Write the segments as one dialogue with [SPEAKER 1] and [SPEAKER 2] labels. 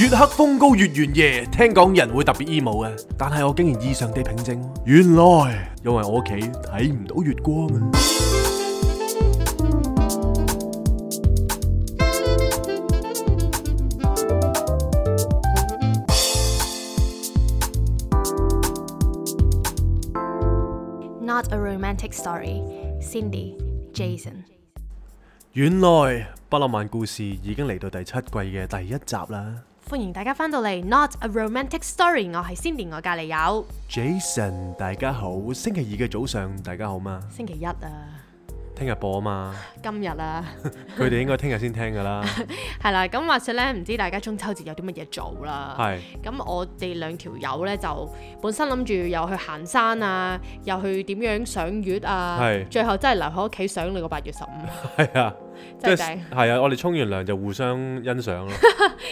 [SPEAKER 1] 月黑風高月圓夜，聽講人會特別 emo 嘅，但係我竟然異常地平靜。原來因為我屋企睇唔到月光啊！
[SPEAKER 2] Not a romantic story. Cindy, Jason。
[SPEAKER 1] 原來不浪漫故事已經嚟到第七季嘅第一集啦。
[SPEAKER 2] 歡迎大家翻到嚟 Not a romantic story。我係 Cindy，我隔離有
[SPEAKER 1] Jason，大家好，星期二嘅早上大家好嘛？
[SPEAKER 2] 星期一啊，
[SPEAKER 1] 聽日播啊嘛，
[SPEAKER 2] 今日啊，
[SPEAKER 1] 佢哋應該聽日先聽噶 啦。
[SPEAKER 2] 係啦。咁話説咧，唔知大家中秋節有啲乜嘢做啦？
[SPEAKER 1] 係
[SPEAKER 2] 咁我哋兩條友咧就本身諗住又去行山啊，又去點樣賞月啊，
[SPEAKER 1] 係
[SPEAKER 2] 最後真係留喺屋企賞你個八月十 五，
[SPEAKER 1] 係啊，即係
[SPEAKER 2] 真係正。
[SPEAKER 1] 係啊，我哋沖完涼就互相欣賞咯。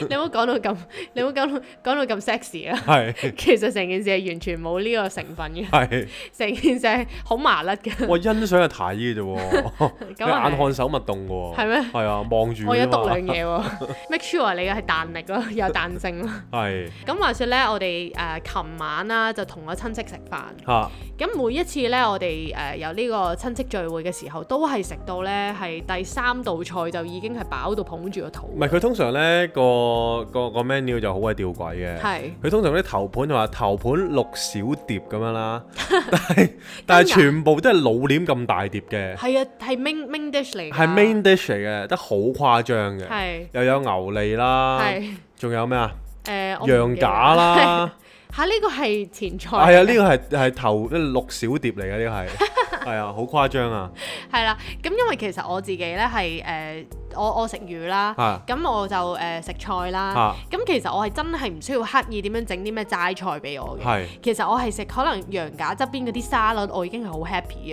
[SPEAKER 2] 你唔好講到咁，你唔好講到講到咁 sexy 啊！
[SPEAKER 1] 係
[SPEAKER 2] 其實成件事係完全冇呢個成分嘅，
[SPEAKER 1] 係，
[SPEAKER 2] 成件事係好麻甩嘅。
[SPEAKER 1] 我欣賞係睇嘅啫喎，你
[SPEAKER 2] 咁啊 係
[SPEAKER 1] 眼看手勿動嘅喎。
[SPEAKER 2] 係咩
[SPEAKER 1] 係啊，望住。
[SPEAKER 2] 我有讀兩。嘢喎 ，make sure 你係彈力咯，有彈性咯。
[SPEAKER 1] 係
[SPEAKER 2] 咁啊話說咧，我哋誒琴晚啦，就同我親戚食飯。
[SPEAKER 1] 嚇，
[SPEAKER 2] 咁每一次咧，我哋誒、有呢個親戚聚會嘅時候，都係食到咧係第三道菜就已經係飽到捧住個
[SPEAKER 1] 唔
[SPEAKER 2] 肚。
[SPEAKER 1] 係佢通常咧個個個 menu 就好鬼吊詭嘅。
[SPEAKER 2] 係
[SPEAKER 1] 佢通常啲頭盤就話頭盤六小碟咁樣 啦，但係但係全部都係老臉咁大碟嘅，
[SPEAKER 2] 係啊，係 main main dish 嚟㗎。
[SPEAKER 1] 係 main dish 啊嚟嘅，得好誇張嘅，
[SPEAKER 2] 係
[SPEAKER 1] 又有牛脷啦，
[SPEAKER 2] 係
[SPEAKER 1] 仲有咩啊？
[SPEAKER 2] 誒我唔
[SPEAKER 1] 羊
[SPEAKER 2] 記得
[SPEAKER 1] 架啦，
[SPEAKER 2] 嚇呢個係前菜。
[SPEAKER 1] 係啊，呢個係係頭六小碟嚟嘅，呢個係係啊，好誇張啊，
[SPEAKER 2] 係啦，咁因為其實我自己咧係誒，我我食魚啦
[SPEAKER 1] 啊，
[SPEAKER 2] 咁我就呃誒食菜啦
[SPEAKER 1] 啊，
[SPEAKER 2] 咁其實我係真係唔需要刻意點樣整啲咩齋菜俾我嘅，
[SPEAKER 1] 係
[SPEAKER 2] 其實我係食可能羊架側邊嗰啲沙律，我已經係好 happy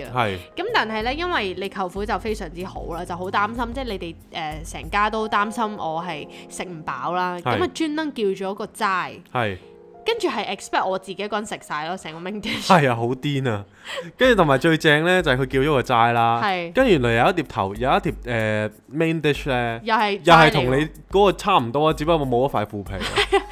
[SPEAKER 2] 嘅。
[SPEAKER 1] 係
[SPEAKER 2] 咁但係咧，因為你舅父就非常之好啦，就好擔心，即係你哋誒成家都擔心我係食唔飽啦，咁啊專登叫咗個齋，
[SPEAKER 1] 係
[SPEAKER 2] 跟住係 expect 我自己一個人食晒咯，成個 main dish
[SPEAKER 1] 係啊，好癲啊！跟住同埋最正咧就係佢叫咗個齋啦，
[SPEAKER 2] 係
[SPEAKER 1] 跟住原來有一碟頭有一碟誒 main dish 咧。
[SPEAKER 2] 又係
[SPEAKER 1] 又係
[SPEAKER 2] 齋
[SPEAKER 1] 同
[SPEAKER 2] 嚟
[SPEAKER 1] 你
[SPEAKER 2] 喎，
[SPEAKER 1] 嗰個差唔多啊，只不過冇咗塊腐 皮。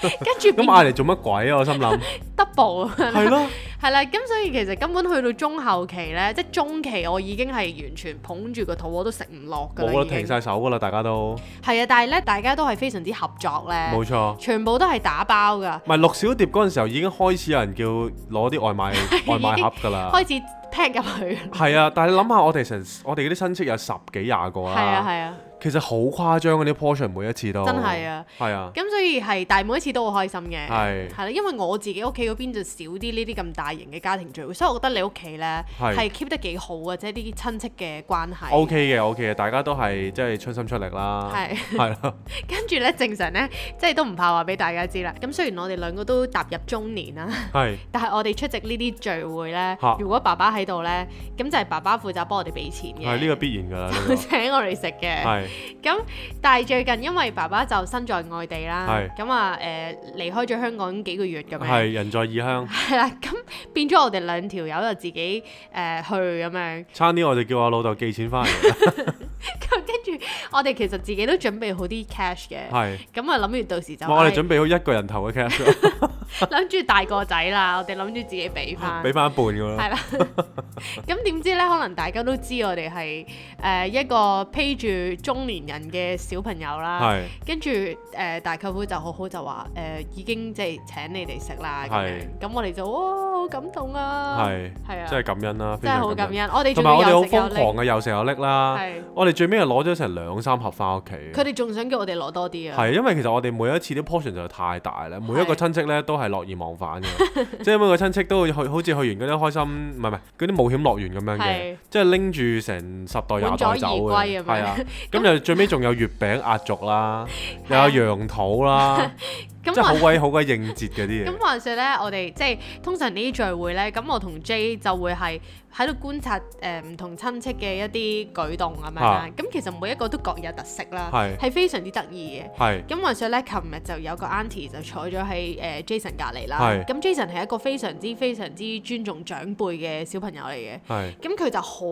[SPEAKER 2] 跟住
[SPEAKER 1] 咁
[SPEAKER 2] 變
[SPEAKER 1] 嗌嚟做乜鬼啊？我心 諗
[SPEAKER 2] double 啊
[SPEAKER 1] 係咯，
[SPEAKER 2] 係啦，咁所以其實根本去到中後期咧，即係中期我已經係完全捧住個肚，我都食唔落㗎
[SPEAKER 1] 冇
[SPEAKER 2] 啦，
[SPEAKER 1] 啦，
[SPEAKER 2] 已
[SPEAKER 1] 停
[SPEAKER 2] 經。
[SPEAKER 1] 晒手噶啦，大家都
[SPEAKER 2] 係啊，但係咧，大家都係非常之合作咧，
[SPEAKER 1] 冇錯。
[SPEAKER 2] 全部都係打包㗎，
[SPEAKER 1] 唔係六小碟嗰陣時候已經開始有人叫攞啲外賣 外賣盒㗎啦。
[SPEAKER 2] 開始 pack 入去。
[SPEAKER 1] 係啊，但係你諗下，我哋成我哋嗰啲親戚有十幾廿個
[SPEAKER 2] 係
[SPEAKER 1] 啦，
[SPEAKER 2] 啊係啊，
[SPEAKER 1] 其實好誇張啊嗰啲 portion 每一次都
[SPEAKER 2] 真係啊！
[SPEAKER 1] 係啊，
[SPEAKER 2] 咁所以係，但係每一次都好開心嘅，
[SPEAKER 1] 係
[SPEAKER 2] 啦，因為我自己屋企嗰邊就少啲呢啲咁大型嘅家庭聚會，所以我覺得你屋企咧
[SPEAKER 1] 係
[SPEAKER 2] 係 keep 得幾好嘅，即係啲親戚嘅關係。嗯
[SPEAKER 1] OK 嘅 OK 嘅，大家都係即係出心出力啦，
[SPEAKER 2] 係
[SPEAKER 1] 係啦，
[SPEAKER 2] 跟住咧，正常咧，即係都唔怕話俾大家知啦。咁雖然我哋兩個都踏入中年啦。
[SPEAKER 1] 係
[SPEAKER 2] 但係我哋出席呢啲聚會呢
[SPEAKER 1] 嚇，
[SPEAKER 2] 如果爸爸喺度呢，咁就係爸爸負責幫我哋俾錢嘅，
[SPEAKER 1] 係呢個必然㗎啦，呢
[SPEAKER 2] 會
[SPEAKER 1] 個
[SPEAKER 2] 請我哋食嘅。
[SPEAKER 1] 係
[SPEAKER 2] 咁但係最近因為爸爸就身在外地啦
[SPEAKER 1] 係，
[SPEAKER 2] 咁啊誒離開咗香港幾個月咁樣，
[SPEAKER 1] 係人在異鄉，
[SPEAKER 2] 係啦，咁變咗我哋兩條友就自己誒、呃去咁樣，
[SPEAKER 1] 差啲我就叫我老豆寄錢翻嚟，
[SPEAKER 2] 咁跟住我哋其實自己都準備好啲 cash 嘅，
[SPEAKER 1] 係。
[SPEAKER 2] 咁啊諗住到時就
[SPEAKER 1] 我哋
[SPEAKER 2] 唉
[SPEAKER 1] 準備好一個人頭嘅 cash，
[SPEAKER 2] 諗住大個仔啦，我哋諗住自己俾 翻
[SPEAKER 1] 俾。翻一半㗎啦。
[SPEAKER 2] 係啦，咁點知呢？可能大家都知我哋係誒一個披住中年人嘅小朋友啦，
[SPEAKER 1] 係
[SPEAKER 2] 跟住誒大舅父就好好就話誒、已經即係請你哋食啦咁
[SPEAKER 1] 係
[SPEAKER 2] 樣，咁我哋就哇好感動啊，
[SPEAKER 1] 係
[SPEAKER 2] 係啊，
[SPEAKER 1] 真係感恩啦，非
[SPEAKER 2] 真係
[SPEAKER 1] 常
[SPEAKER 2] 好感
[SPEAKER 1] 恩。
[SPEAKER 2] 恩，我
[SPEAKER 1] 同
[SPEAKER 2] 哋仲
[SPEAKER 1] 埋我哋
[SPEAKER 2] 要
[SPEAKER 1] 好
[SPEAKER 2] 有食有
[SPEAKER 1] 瘋
[SPEAKER 2] 拎，
[SPEAKER 1] 狂嘅，啊又食又拎啦。
[SPEAKER 2] 係
[SPEAKER 1] 我哋最尾係攞咗成兩三盒翻屋企。
[SPEAKER 2] 佢哋仲想叫我哋攞多啲啊，
[SPEAKER 1] 係因為其實我哋每一次啲 portion 就太大啦，每一個親戚咧都係樂而忘返 嘅，即係每個親戚都會去好似去完嗰啲開心，唔係唔係嗰啲冒險樂園咁樣嘅
[SPEAKER 2] 係，
[SPEAKER 1] 即係拎住成十袋廿
[SPEAKER 2] 滿載
[SPEAKER 1] 袋走
[SPEAKER 2] 而歸
[SPEAKER 1] 嘅，
[SPEAKER 2] 咁樣
[SPEAKER 1] 係啊。咁 就最尾仲有月餅壓軸啦，又
[SPEAKER 2] 係啊
[SPEAKER 1] 有羊肚啦，即係
[SPEAKER 2] 咁啊
[SPEAKER 1] 好
[SPEAKER 2] 話
[SPEAKER 1] 鬼好鬼應節嗰啲嘢
[SPEAKER 2] 咁。話説呢，我哋即係通常呢啲聚會呢，咁我同 J 就會係喺度觀察誒唔同親戚嘅一啲舉動咁樣啦
[SPEAKER 1] 啊。
[SPEAKER 2] 咁其實每一個都各有特色啦，
[SPEAKER 1] 係
[SPEAKER 2] 係非常之得意嘅。
[SPEAKER 1] 係
[SPEAKER 2] 咁話説咧，琴日就有個 auntie 就坐咗喺誒 Jason 隔離啦。
[SPEAKER 1] 係
[SPEAKER 2] 咁 Jason 係一個非常之非常之尊重長輩嘅小朋友嚟嘅。
[SPEAKER 1] 係
[SPEAKER 2] 咁佢就好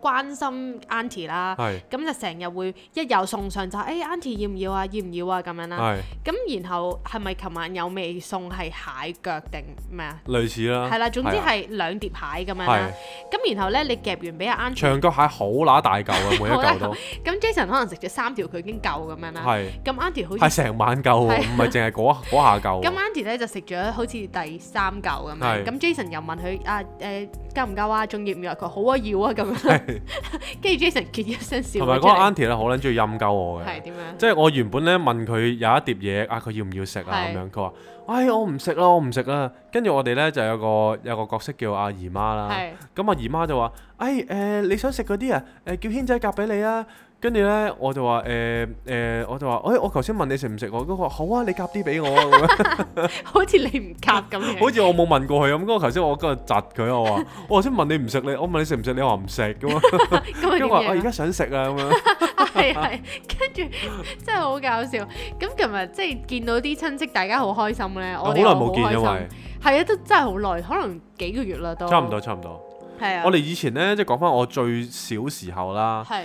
[SPEAKER 2] 關心 auntie 啦。
[SPEAKER 1] 係
[SPEAKER 2] 咁就成日會一有送上就誒 auntie 要唔要啊，要唔要啊咁樣啦。
[SPEAKER 1] 係
[SPEAKER 2] 咁然後係咪琴晚有味送係蟹腳定咩啊？
[SPEAKER 1] 類似啦，
[SPEAKER 2] 係啦，總之
[SPEAKER 1] 係啊
[SPEAKER 2] 係啊兩碟蟹咁樣啦
[SPEAKER 1] 係。
[SPEAKER 2] 咁然後咧，你夾完俾阿 auntie，
[SPEAKER 1] 長腳蟹好乸大嚿啊，每一嚿都
[SPEAKER 2] 咁 Jason 可能食咗三條佢已經夠咁樣啦。
[SPEAKER 1] 係
[SPEAKER 2] 咁 auntie 好似
[SPEAKER 1] 係成晚嚿喎，
[SPEAKER 2] 係
[SPEAKER 1] 唔係淨係嗰嗰下嚿
[SPEAKER 2] 咁
[SPEAKER 1] 喎，
[SPEAKER 2] Auntie 咧就食咗好似第三嚿咁
[SPEAKER 1] 係
[SPEAKER 2] 樣，咁 Jason 又問佢啊誒夠唔夠啊，仲要唔要啊？佢話好啊要啊咁樣， 跟住 Jason 叫一聲笑
[SPEAKER 1] 同埋
[SPEAKER 2] 咗
[SPEAKER 1] 嗰
[SPEAKER 2] 出
[SPEAKER 1] 個
[SPEAKER 2] 嚟，
[SPEAKER 1] auntie 咧好撚中意陰鳩我嘅
[SPEAKER 2] 係。點啊樣？
[SPEAKER 1] 即係我原本咧問佢有一碟嘢啊，佢要唔要食啊咁
[SPEAKER 2] 係
[SPEAKER 1] 樣，佢話：，唉，我唔食啦，我唔食啦。跟住我哋咧就有個有個角色叫阿姨媽啦。
[SPEAKER 2] 係
[SPEAKER 1] 咁阿姨媽就話：，哎唉，誒、你想食嗰啲啊？誒、叫軒仔夾俾你啊！跟住咧，我就話誒誒，我就話，誒、我頭先問你食唔食，我嗰個好啊，你夾啲俾我啊！咁 樣
[SPEAKER 2] 好似你唔夾咁樣，
[SPEAKER 1] 好似我冇問過佢咁。嗰個頭先我嗰日窒佢，我 話我頭先問你唔食，你我問你食唔食，你話唔食咁啊。
[SPEAKER 2] 咁
[SPEAKER 1] 跟
[SPEAKER 2] 佢
[SPEAKER 1] 住我
[SPEAKER 2] 點
[SPEAKER 1] 話我而
[SPEAKER 2] 樣
[SPEAKER 1] 家
[SPEAKER 2] 啊？
[SPEAKER 1] 想食啊咁樣，
[SPEAKER 2] 係係，跟住真係好搞笑。咁琴日即係見到啲親戚，大家好開心咧，
[SPEAKER 1] 啊好
[SPEAKER 2] 我
[SPEAKER 1] 耐
[SPEAKER 2] 哋又好
[SPEAKER 1] 冇見，
[SPEAKER 2] 開
[SPEAKER 1] 因
[SPEAKER 2] 心
[SPEAKER 1] 為。
[SPEAKER 2] 係啊，都真係好耐，可能幾個月啦都。
[SPEAKER 1] 差唔多。差唔多。
[SPEAKER 2] 係啊。
[SPEAKER 1] 我哋以前咧，即係講翻我最小時候啦，
[SPEAKER 2] 係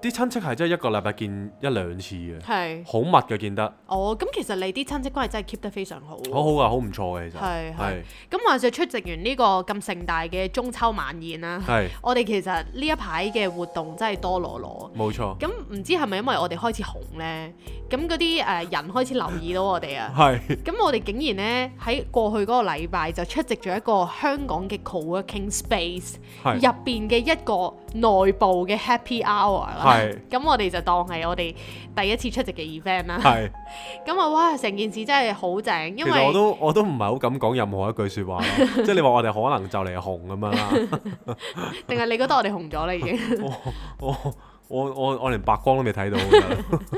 [SPEAKER 1] 啲親戚係真係一個禮拜見一兩次嘅，
[SPEAKER 2] 係。
[SPEAKER 1] 好密嘅見得，
[SPEAKER 2] 哦，咁其實你啲親戚關係真係 keep 得非常好喎。
[SPEAKER 1] 好好啊，好唔錯嘅其實。
[SPEAKER 2] 哦係係
[SPEAKER 1] 係
[SPEAKER 2] 咁話説出席完呢個咁盛大嘅中秋晚宴啦，
[SPEAKER 1] 係
[SPEAKER 2] 我哋其實呢一排嘅活動真係多羅羅。
[SPEAKER 1] 冇錯，
[SPEAKER 2] 咁唔知係咪因為我哋開始紅呢？咁嗰啲誒人開始留意到我哋啊。
[SPEAKER 1] 係。
[SPEAKER 2] 咁我哋竟然呢，喺過去嗰個禮拜就出席咗一個香港嘅 co-working space
[SPEAKER 1] 係
[SPEAKER 2] 入邊嘅一個內部嘅 happy hour 啦
[SPEAKER 1] 係。
[SPEAKER 2] 咁我哋就當係我哋第一次出席嘅 event 啦。
[SPEAKER 1] 係，
[SPEAKER 2] 咁啊，哇！成件事真係好正，
[SPEAKER 1] 其
[SPEAKER 2] 因
[SPEAKER 1] 實我
[SPEAKER 2] 為
[SPEAKER 1] 都我都唔係好敢講任何一句説話 啦，即係你話我哋可能就嚟紅咁樣啦，
[SPEAKER 2] 定係你覺得我哋紅咗啦已經。
[SPEAKER 1] 我我我我我連白光都未睇到咁 樣，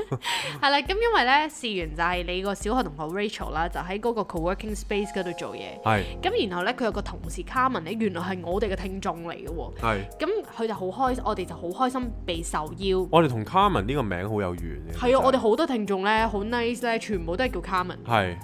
[SPEAKER 2] 係啦，咁因為咧事緣就係你個小學同學 Rachel 啦，就喺嗰個 co-working space 嗰度做嘢。
[SPEAKER 1] 係
[SPEAKER 2] 咁然後咧，佢有個同事 Carmen 咧，原來係我哋嘅聽眾嚟嘅喎。
[SPEAKER 1] 係，
[SPEAKER 2] 咁佢就好開心，我哋就好開心被受邀。
[SPEAKER 1] 我哋同 Carmen 呢個名好有緣嘅，
[SPEAKER 2] 係啊，我哋好多聽眾咧，好 nice 咧，全部都係叫 Carmen，
[SPEAKER 1] 係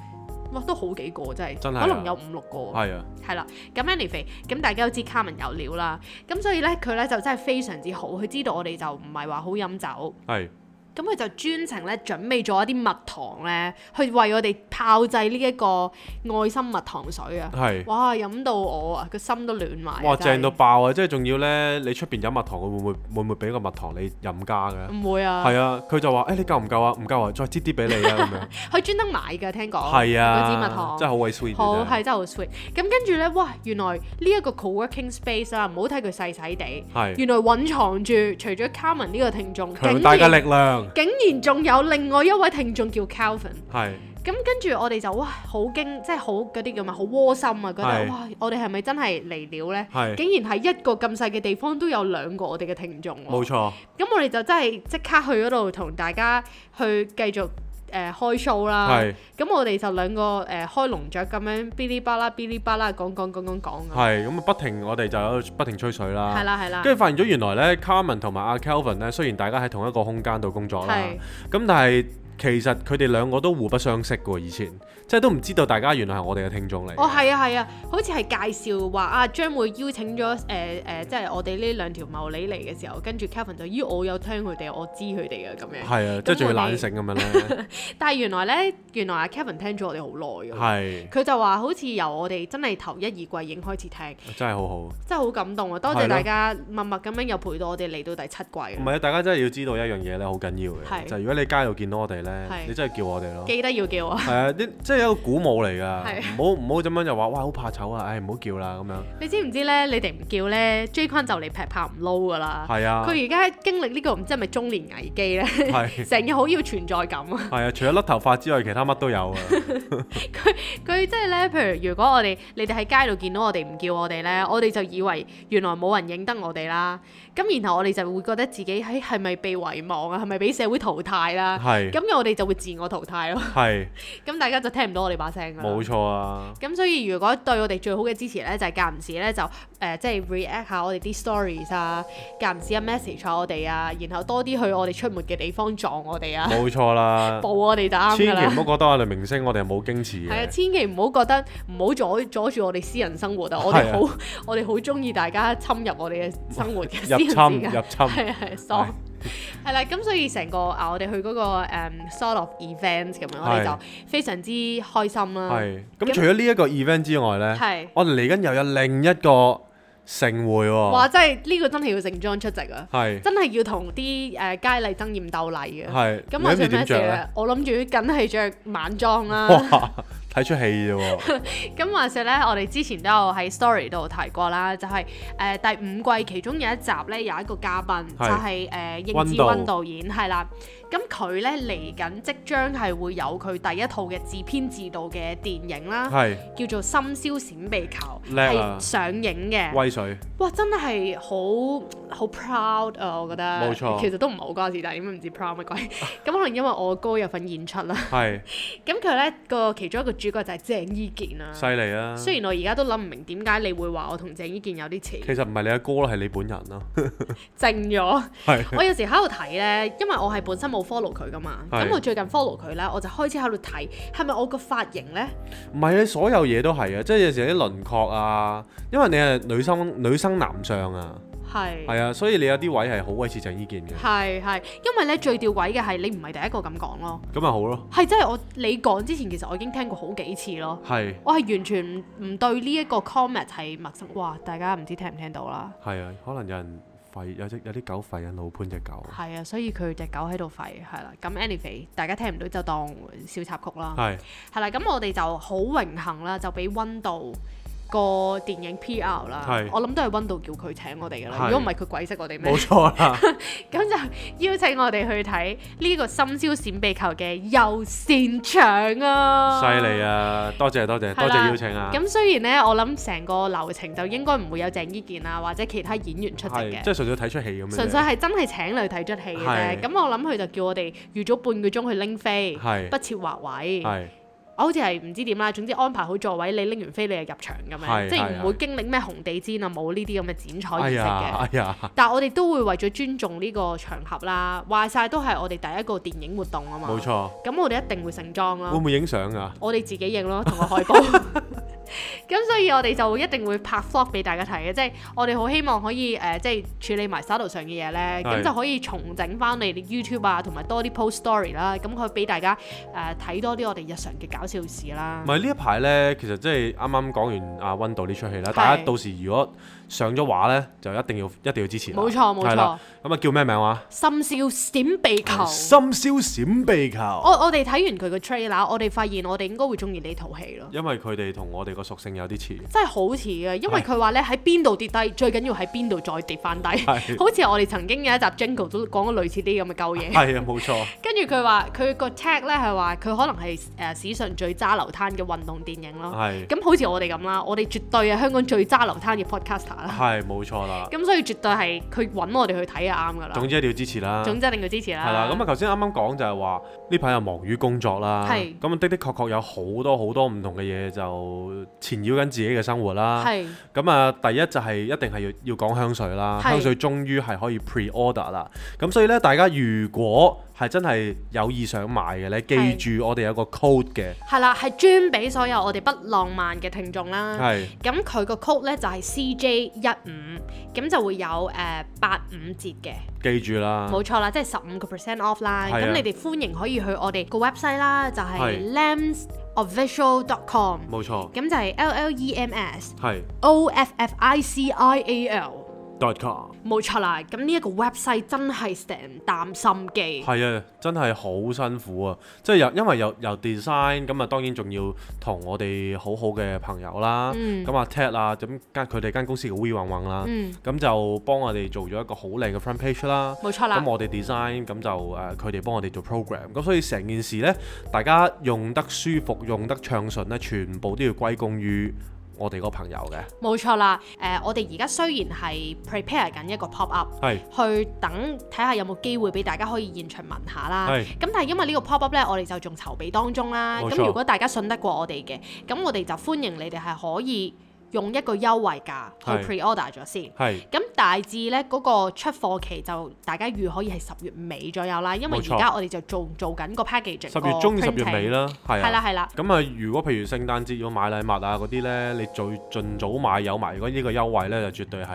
[SPEAKER 2] 哇，都好幾個真係，
[SPEAKER 1] 真係啊
[SPEAKER 2] 可能有五六個。
[SPEAKER 1] 係啊，
[SPEAKER 2] 係啦，咁 anyway，咁大家都知 Carmen 有料啦，咁所以咧佢咧就真係非常之好，佢知道我哋就唔係話好飲酒。
[SPEAKER 1] 係
[SPEAKER 2] 咁佢就專程咧準備咗一啲蜜糖咧，去為我哋炮製呢一個愛心蜜糖水啊！
[SPEAKER 1] 係，
[SPEAKER 2] 哇，飲到我啊，個心都暖埋啊。
[SPEAKER 1] 哇
[SPEAKER 2] 真係
[SPEAKER 1] 正到爆啊！即係仲要咧，你出邊飲蜜糖，佢會唔會會唔會俾個蜜糖你飲加嘅？
[SPEAKER 2] 唔會啊！
[SPEAKER 1] 係啊，佢就話：誒你夠唔夠啊？唔夠啊，再擠啲俾你啊咁 樣。
[SPEAKER 2] 佢專登買㗎，聽講。
[SPEAKER 1] 係
[SPEAKER 2] 哦嗰支蜜
[SPEAKER 1] 啊，
[SPEAKER 2] 糖
[SPEAKER 1] 真係好鬼 sweet 嘅
[SPEAKER 2] 好
[SPEAKER 1] 真係
[SPEAKER 2] 係真係好 sweet。咁跟住咧，哇！原來呢一個 co-working space 啊，唔好睇佢細細地，
[SPEAKER 1] 係
[SPEAKER 2] 原來隱藏住除咗 Carmen 呢個聽眾，
[SPEAKER 1] 強
[SPEAKER 2] 竟
[SPEAKER 1] 大嘅
[SPEAKER 2] 然
[SPEAKER 1] 力量
[SPEAKER 2] 竟然仲有另外一位聽眾叫 Calvin。
[SPEAKER 1] 係。
[SPEAKER 2] 咁跟住我哋就哇好驚，即係好嗰啲叫咩？好窩心啊！覺
[SPEAKER 1] 係
[SPEAKER 2] 得哇，我哋係咪真係嚟了呢？
[SPEAKER 1] 係
[SPEAKER 2] 竟然喺一個咁細嘅地方都有兩個我哋嘅聽眾喎。
[SPEAKER 1] 冇錯，
[SPEAKER 2] 咁我哋就真係即刻去嗰度同大家去繼續誒、呃、開 show 啦。
[SPEAKER 1] 係
[SPEAKER 2] 咁我哋就兩個誒、呃、開龍雀咁樣嗶哩吧啦嗶哩吧啦講講講講講咁。
[SPEAKER 1] 係咁啊，不停我哋就喺度不停吹水
[SPEAKER 2] 係
[SPEAKER 1] 啦。
[SPEAKER 2] 啦係啦。
[SPEAKER 1] 跟住發現咗原來咧，Carmen 同埋阿 Kelvin 咧，雖然大家喺同一個空間度工作啦，
[SPEAKER 2] 係
[SPEAKER 1] 咁但係其實佢哋兩個都互不相識嘅喎，以前即係都唔知道大家原來係我哋嘅聽眾嚟。
[SPEAKER 2] 哦，係啊，係啊，好似係介紹話啊，將會邀請咗誒誒，即係我哋呢兩條茂利嚟嘅時候，跟住 Kevin 就咦，我有聽佢哋，我知佢哋嘅咁樣。
[SPEAKER 1] 係啊，即係仲要懶醒咁樣 咧，
[SPEAKER 2] 但係原來咧，原來阿 Kevin 聽咗我哋好耐㗎。
[SPEAKER 1] 係
[SPEAKER 2] 佢就話好似由我哋真係頭一二季已經開始聽，
[SPEAKER 1] 真係好好。
[SPEAKER 2] 真係好感動啊！多
[SPEAKER 1] 係
[SPEAKER 2] 謝
[SPEAKER 1] 咯
[SPEAKER 2] 大家默默咁樣又陪到我哋嚟到第七季
[SPEAKER 1] 唔
[SPEAKER 2] 啦，
[SPEAKER 1] 係啊，大家真係要知道一樣嘢咧，好緊要嘅，
[SPEAKER 2] 係
[SPEAKER 1] 就係如果你喺街度見到我哋咧，
[SPEAKER 2] 係
[SPEAKER 1] 你真係叫我哋咯。
[SPEAKER 2] 記得要叫我。
[SPEAKER 1] 係啊，啲即係一個鼓舞嚟㗎，
[SPEAKER 2] 係
[SPEAKER 1] 唔好唔好咁樣就話哇好怕醜啊，唉唔好叫啦咁樣。
[SPEAKER 2] 你知唔知咧？你哋唔叫咧，J 坤就嚟劈炮唔撈㗎啦。
[SPEAKER 1] 係啊，
[SPEAKER 2] 佢而家經歷呢個唔知係咪中年危機咧，
[SPEAKER 1] 係
[SPEAKER 2] 成日好要存在感啊！
[SPEAKER 1] 係啊，除咗甩頭髮之外，其他乜都有啊。
[SPEAKER 2] 佢即係咧，譬如如果我哋你哋喺街度見到我哋唔叫我哋咧，我哋就以為原來冇人認得我哋啦。 哎咁然後我哋就會覺得自己喺係咪被遺忘啊，係咪俾社會淘汰啦？
[SPEAKER 1] 係
[SPEAKER 2] 咁又我哋就會自我淘汰咯。
[SPEAKER 1] 係
[SPEAKER 2] 咁大家就聽唔到我哋把聲㗎啦。
[SPEAKER 1] 冇錯啊，
[SPEAKER 2] 咁所以如果對我哋最好嘅支持咧，就係間唔時咧就誒、呃即係 react 下我哋啲 stories 啊，間唔時啊 message 下我哋啊，然後多啲去我哋出沒嘅地方撞我哋啊，，
[SPEAKER 1] 冇錯啦
[SPEAKER 2] 報我哋就啱
[SPEAKER 1] 千
[SPEAKER 2] 㗎
[SPEAKER 1] 祈
[SPEAKER 2] 啦。
[SPEAKER 1] 唔好覺得我哋明星，我哋係冇矜持
[SPEAKER 2] 係啊，
[SPEAKER 1] 嘅。
[SPEAKER 2] 千祈唔好覺得唔好阻阻住我哋私人生活啊！我
[SPEAKER 1] 係
[SPEAKER 2] 哋
[SPEAKER 1] 啊
[SPEAKER 2] 好我哋好中意大家侵入我哋嘅生 活嘅私
[SPEAKER 1] 入
[SPEAKER 2] 人時
[SPEAKER 1] 侵
[SPEAKER 2] 間。
[SPEAKER 1] 入侵，
[SPEAKER 2] 係係 s o
[SPEAKER 1] 係
[SPEAKER 2] 係啦，咁所以成個啊，我哋去嗰個誒 sort of event 咁樣，我哋
[SPEAKER 1] 係
[SPEAKER 2] 就非常之開心啦。
[SPEAKER 1] 係咁除咗呢一個 event 之外呢，
[SPEAKER 2] 係，
[SPEAKER 1] 我哋嚟緊又有另一個盛會
[SPEAKER 2] 哇！
[SPEAKER 1] 喎，
[SPEAKER 2] 真係呢個真係要盛裝出席啊！
[SPEAKER 1] 係
[SPEAKER 2] 真係要同啲誒佳麗爭豔鬥麗嘅。
[SPEAKER 1] 係。
[SPEAKER 2] 咁
[SPEAKER 1] 你諗
[SPEAKER 2] 我着
[SPEAKER 1] 住
[SPEAKER 2] 咩
[SPEAKER 1] 點
[SPEAKER 2] 事
[SPEAKER 1] 着呢？
[SPEAKER 2] 咧？我諗住梗係着晚裝啦。
[SPEAKER 1] 哇，睇出戲啫 喎，
[SPEAKER 2] 咁話說咧，我哋之前都有喺 story 度提過啦，就係、呃第五季其中有一集咧有一個嘉賓，就
[SPEAKER 1] 係
[SPEAKER 2] 係、呃、應
[SPEAKER 1] 溫
[SPEAKER 2] 志
[SPEAKER 1] 導
[SPEAKER 2] 温導演係啦。咁佢咧嚟緊即將係會有佢第一套嘅自編自導嘅電影啦，
[SPEAKER 1] 係
[SPEAKER 2] 叫做《深宵閃避球》，
[SPEAKER 1] 叻啊
[SPEAKER 2] 係上映嘅。
[SPEAKER 1] 威水，
[SPEAKER 2] 哇！真係好好 proud 啊，我覺得。
[SPEAKER 1] 冇錯
[SPEAKER 2] 其實都唔係好關事，但係點解唔知 proud 乜 鬼？咁可能因為我哥有份演出啦。
[SPEAKER 1] 係
[SPEAKER 2] 咁佢咧個其中一個主角就係鄭伊健啦。
[SPEAKER 1] 犀利啊！
[SPEAKER 2] 雖然我而家都諗唔明點解你會話我同鄭伊健有啲
[SPEAKER 1] 其
[SPEAKER 2] 似，
[SPEAKER 1] 實唔係你阿哥啦，係你本人咯，
[SPEAKER 2] 靜咗。
[SPEAKER 1] 係
[SPEAKER 2] 我有時喺度睇呢，因為我係本身冇 follow 佢噶嘛，
[SPEAKER 1] 係
[SPEAKER 2] 咁我最近 follow 佢呢，我就開始喺度睇係咪我個髮型呢？
[SPEAKER 1] 唔係啊，所有嘢都係啊，即係有時啲輪廓啊，因為你係女生女生男相啊，
[SPEAKER 2] 係
[SPEAKER 1] 係啊，所以你有啲位係好鬼似鄭伊健嘅，
[SPEAKER 2] 係係，因為呢最吊詭嘅係你唔係第一個咁講咯，
[SPEAKER 1] 咁咪好咯，
[SPEAKER 2] 係真係我你講之前其實我已經聽過好幾次咯。
[SPEAKER 1] 係
[SPEAKER 2] 我係完全唔唔對呢一個 comment 係陌生，哇！大家唔知聽唔聽到啦，
[SPEAKER 1] 係啊，可能有人吠有隻有啲狗吠緊老潘隻狗，
[SPEAKER 2] 係啊，所以佢隻狗喺度吠，係啦。咁 anyway，大家聽唔到就當小插曲啦。
[SPEAKER 1] 係
[SPEAKER 2] 係啦，咁我哋就好榮幸啦，就俾温度個電影 P.R. 啦
[SPEAKER 1] 係，
[SPEAKER 2] 我諗都係温度叫佢請我哋噶啦，
[SPEAKER 1] 係
[SPEAKER 2] 如果唔係佢鬼識我哋咩
[SPEAKER 1] 冇？錯啦，
[SPEAKER 2] 咁就邀請我哋去睇呢個《深宵閃避球》嘅右線場啊！
[SPEAKER 1] 犀利！啊，多謝多謝多
[SPEAKER 2] 係啦
[SPEAKER 1] 謝邀請啊，
[SPEAKER 2] 咁雖然呢，我諗成個流程就應該唔會有鄭伊健啊或者其他演員出席
[SPEAKER 1] 係
[SPEAKER 2] 嘅
[SPEAKER 1] 即。係純粹睇出戲咁樣啫，
[SPEAKER 2] 純粹係真係請你去睇出戲嘅
[SPEAKER 1] 係
[SPEAKER 2] 啫，咁我諗佢就叫我哋預早半個鐘去拎飛，
[SPEAKER 1] 係
[SPEAKER 2] 不設劃位。
[SPEAKER 1] 係
[SPEAKER 2] 我好似係唔知點啦，總之安排好座位，你拎完飛你就入場咁樣，
[SPEAKER 1] 係
[SPEAKER 2] 即係
[SPEAKER 1] 係
[SPEAKER 2] 唔會經歷咩紅地氈啊，冇呢啲咁嘅剪彩儀
[SPEAKER 1] 哎
[SPEAKER 2] 式
[SPEAKER 1] 呀
[SPEAKER 2] 嘅。
[SPEAKER 1] 哎呀，
[SPEAKER 2] 但係我哋都會為咗尊重呢個場合啦，話晒都係我哋第一個電影活動啊嘛。
[SPEAKER 1] 冇。錯，
[SPEAKER 2] 咁我哋一定會盛裝啦
[SPEAKER 1] 會，唔會影相啊？
[SPEAKER 2] 我哋自己影咯，同個海報。 咁所以我哋就一定會拍 vlog 俾大家睇嘅，即係我哋好希望可以誒、呃即係處理埋 s t 上嘅嘢咧，咁
[SPEAKER 1] 係
[SPEAKER 2] 就可以重整翻你哋 YouTube 啊，同埋多啲 post story 啦，咁可以俾大家誒睇、多啲我哋日常嘅搞笑事啦
[SPEAKER 1] 唔。係呢一排呢，其實即係啱啱講完阿温導呢出戲啦，
[SPEAKER 2] 係
[SPEAKER 1] 大家到時如果上咗畫呢，就一定要一定要支持啦。
[SPEAKER 2] 冇錯冇
[SPEAKER 1] 係啦
[SPEAKER 2] 錯，，
[SPEAKER 1] 咁啊叫咩名話？
[SPEAKER 2] 深宵閃避球。
[SPEAKER 1] 深宵閃避球
[SPEAKER 2] 我。我哋睇完佢個 trailer，我哋發現我哋應該會中意呢套戲咯，
[SPEAKER 1] 因為佢哋同我哋個屬性有啲似，
[SPEAKER 2] 真係好似嘅，因為
[SPEAKER 1] 係
[SPEAKER 2] 佢話咧喺邊度跌低，最緊要喺邊度再跌翻低，好似
[SPEAKER 1] 係
[SPEAKER 2] 我哋曾經有一集 Jingle 都講過類似啲咁嘅鳩嘢。
[SPEAKER 1] 係啊冇錯，
[SPEAKER 2] 跟住佢話佢個 tag 咧係話佢可能係誒史上最渣流灘嘅運動電影咯，
[SPEAKER 1] 係
[SPEAKER 2] 咁好似我哋咁啦，我哋絕對係香港最渣流灘嘅 podcaster 啦，
[SPEAKER 1] 係冇錯啦。
[SPEAKER 2] 咁所啊以絕對係佢揾我哋去睇係啱噶啦，
[SPEAKER 1] 總之一定要支持啦。
[SPEAKER 2] 總之一定要支持啦。
[SPEAKER 1] 係啦，咁啊頭先啱啱講就係話呢排又忙於工作啦，
[SPEAKER 2] 係
[SPEAKER 1] 咁啊的的確確有好多好多唔同嘅嘢就纏繞緊自己嘅生活啦。
[SPEAKER 2] 係
[SPEAKER 1] 咁啊，第一就係一定係要要講香水啦，
[SPEAKER 2] 係
[SPEAKER 1] 香水終於係可以 pre order 啦。咁所以呢，大家如果係真係有意想買嘅呢，記
[SPEAKER 2] 係
[SPEAKER 1] 住我哋有個 code 嘅，
[SPEAKER 2] 係啦，係專俾所有我哋不浪漫嘅聽眾啦。
[SPEAKER 1] 係
[SPEAKER 2] 咁佢個 code 咧就係 CJ 一五，咁就會有誒八五折嘅，
[SPEAKER 1] 記住啦，
[SPEAKER 2] 冇錯啦，即係十五個 percent off 啦。
[SPEAKER 1] 係啊
[SPEAKER 2] 咁你哋歡迎可以去我哋個 website 啦，就係
[SPEAKER 1] 係
[SPEAKER 2] lemsofficial.com，
[SPEAKER 1] 冇錯，
[SPEAKER 2] 咁就係 L L E M S
[SPEAKER 1] 係
[SPEAKER 2] O F F I C I A L，
[SPEAKER 1] dot com，
[SPEAKER 2] 冇錯啦。咁呢一個 website 真係成擔心機，
[SPEAKER 1] 係啊，真係好辛苦啊！即係由因為由由 design 咁啊，當然仲要同我哋好好嘅朋友啦，
[SPEAKER 2] 嗯
[SPEAKER 1] 咁啊 Ted 啊，咁間佢哋間公司嘅 We 混混啦，
[SPEAKER 2] 嗯，
[SPEAKER 1] 咁就幫我哋做咗一個好靚嘅 front page 啦。
[SPEAKER 2] 冇錯啦
[SPEAKER 1] 咁，我哋 design 咁就誒佢哋幫我哋做 program，咁所以成件事呢，大家用得舒服、用得暢順呢，全部都要歸功於我哋個朋友嘅，
[SPEAKER 2] 冇錯啦。誒、我哋而家雖然係 prepare 緊一個 pop up，
[SPEAKER 1] 係
[SPEAKER 2] 去等睇下有冇機會俾大家可以現場問下啦。
[SPEAKER 1] 係
[SPEAKER 2] 咁但係因為呢個 pop up 呢，我哋就仲籌備當中啦。
[SPEAKER 1] 冇
[SPEAKER 2] 咁
[SPEAKER 1] 錯
[SPEAKER 2] 如果大家信得過我哋嘅，咁我哋就歡迎你哋係可以用一個優惠價
[SPEAKER 1] 係
[SPEAKER 2] 去 pre order 咗先。
[SPEAKER 1] 係
[SPEAKER 2] 咁大致呢嗰、個出貨期就大家預可以係十月尾左右啦，因為
[SPEAKER 1] 冇錯
[SPEAKER 2] 而家我哋就做做緊個 package
[SPEAKER 1] 十月中至十月尾
[SPEAKER 2] 啦。
[SPEAKER 1] 啦，係
[SPEAKER 2] 係
[SPEAKER 1] 啊。
[SPEAKER 2] 啦係啦，
[SPEAKER 1] 咁啊，如果譬如聖誕節要買禮物啊嗰啲呢，你最盡早買有埋，如果呢個優惠呢，就絕對係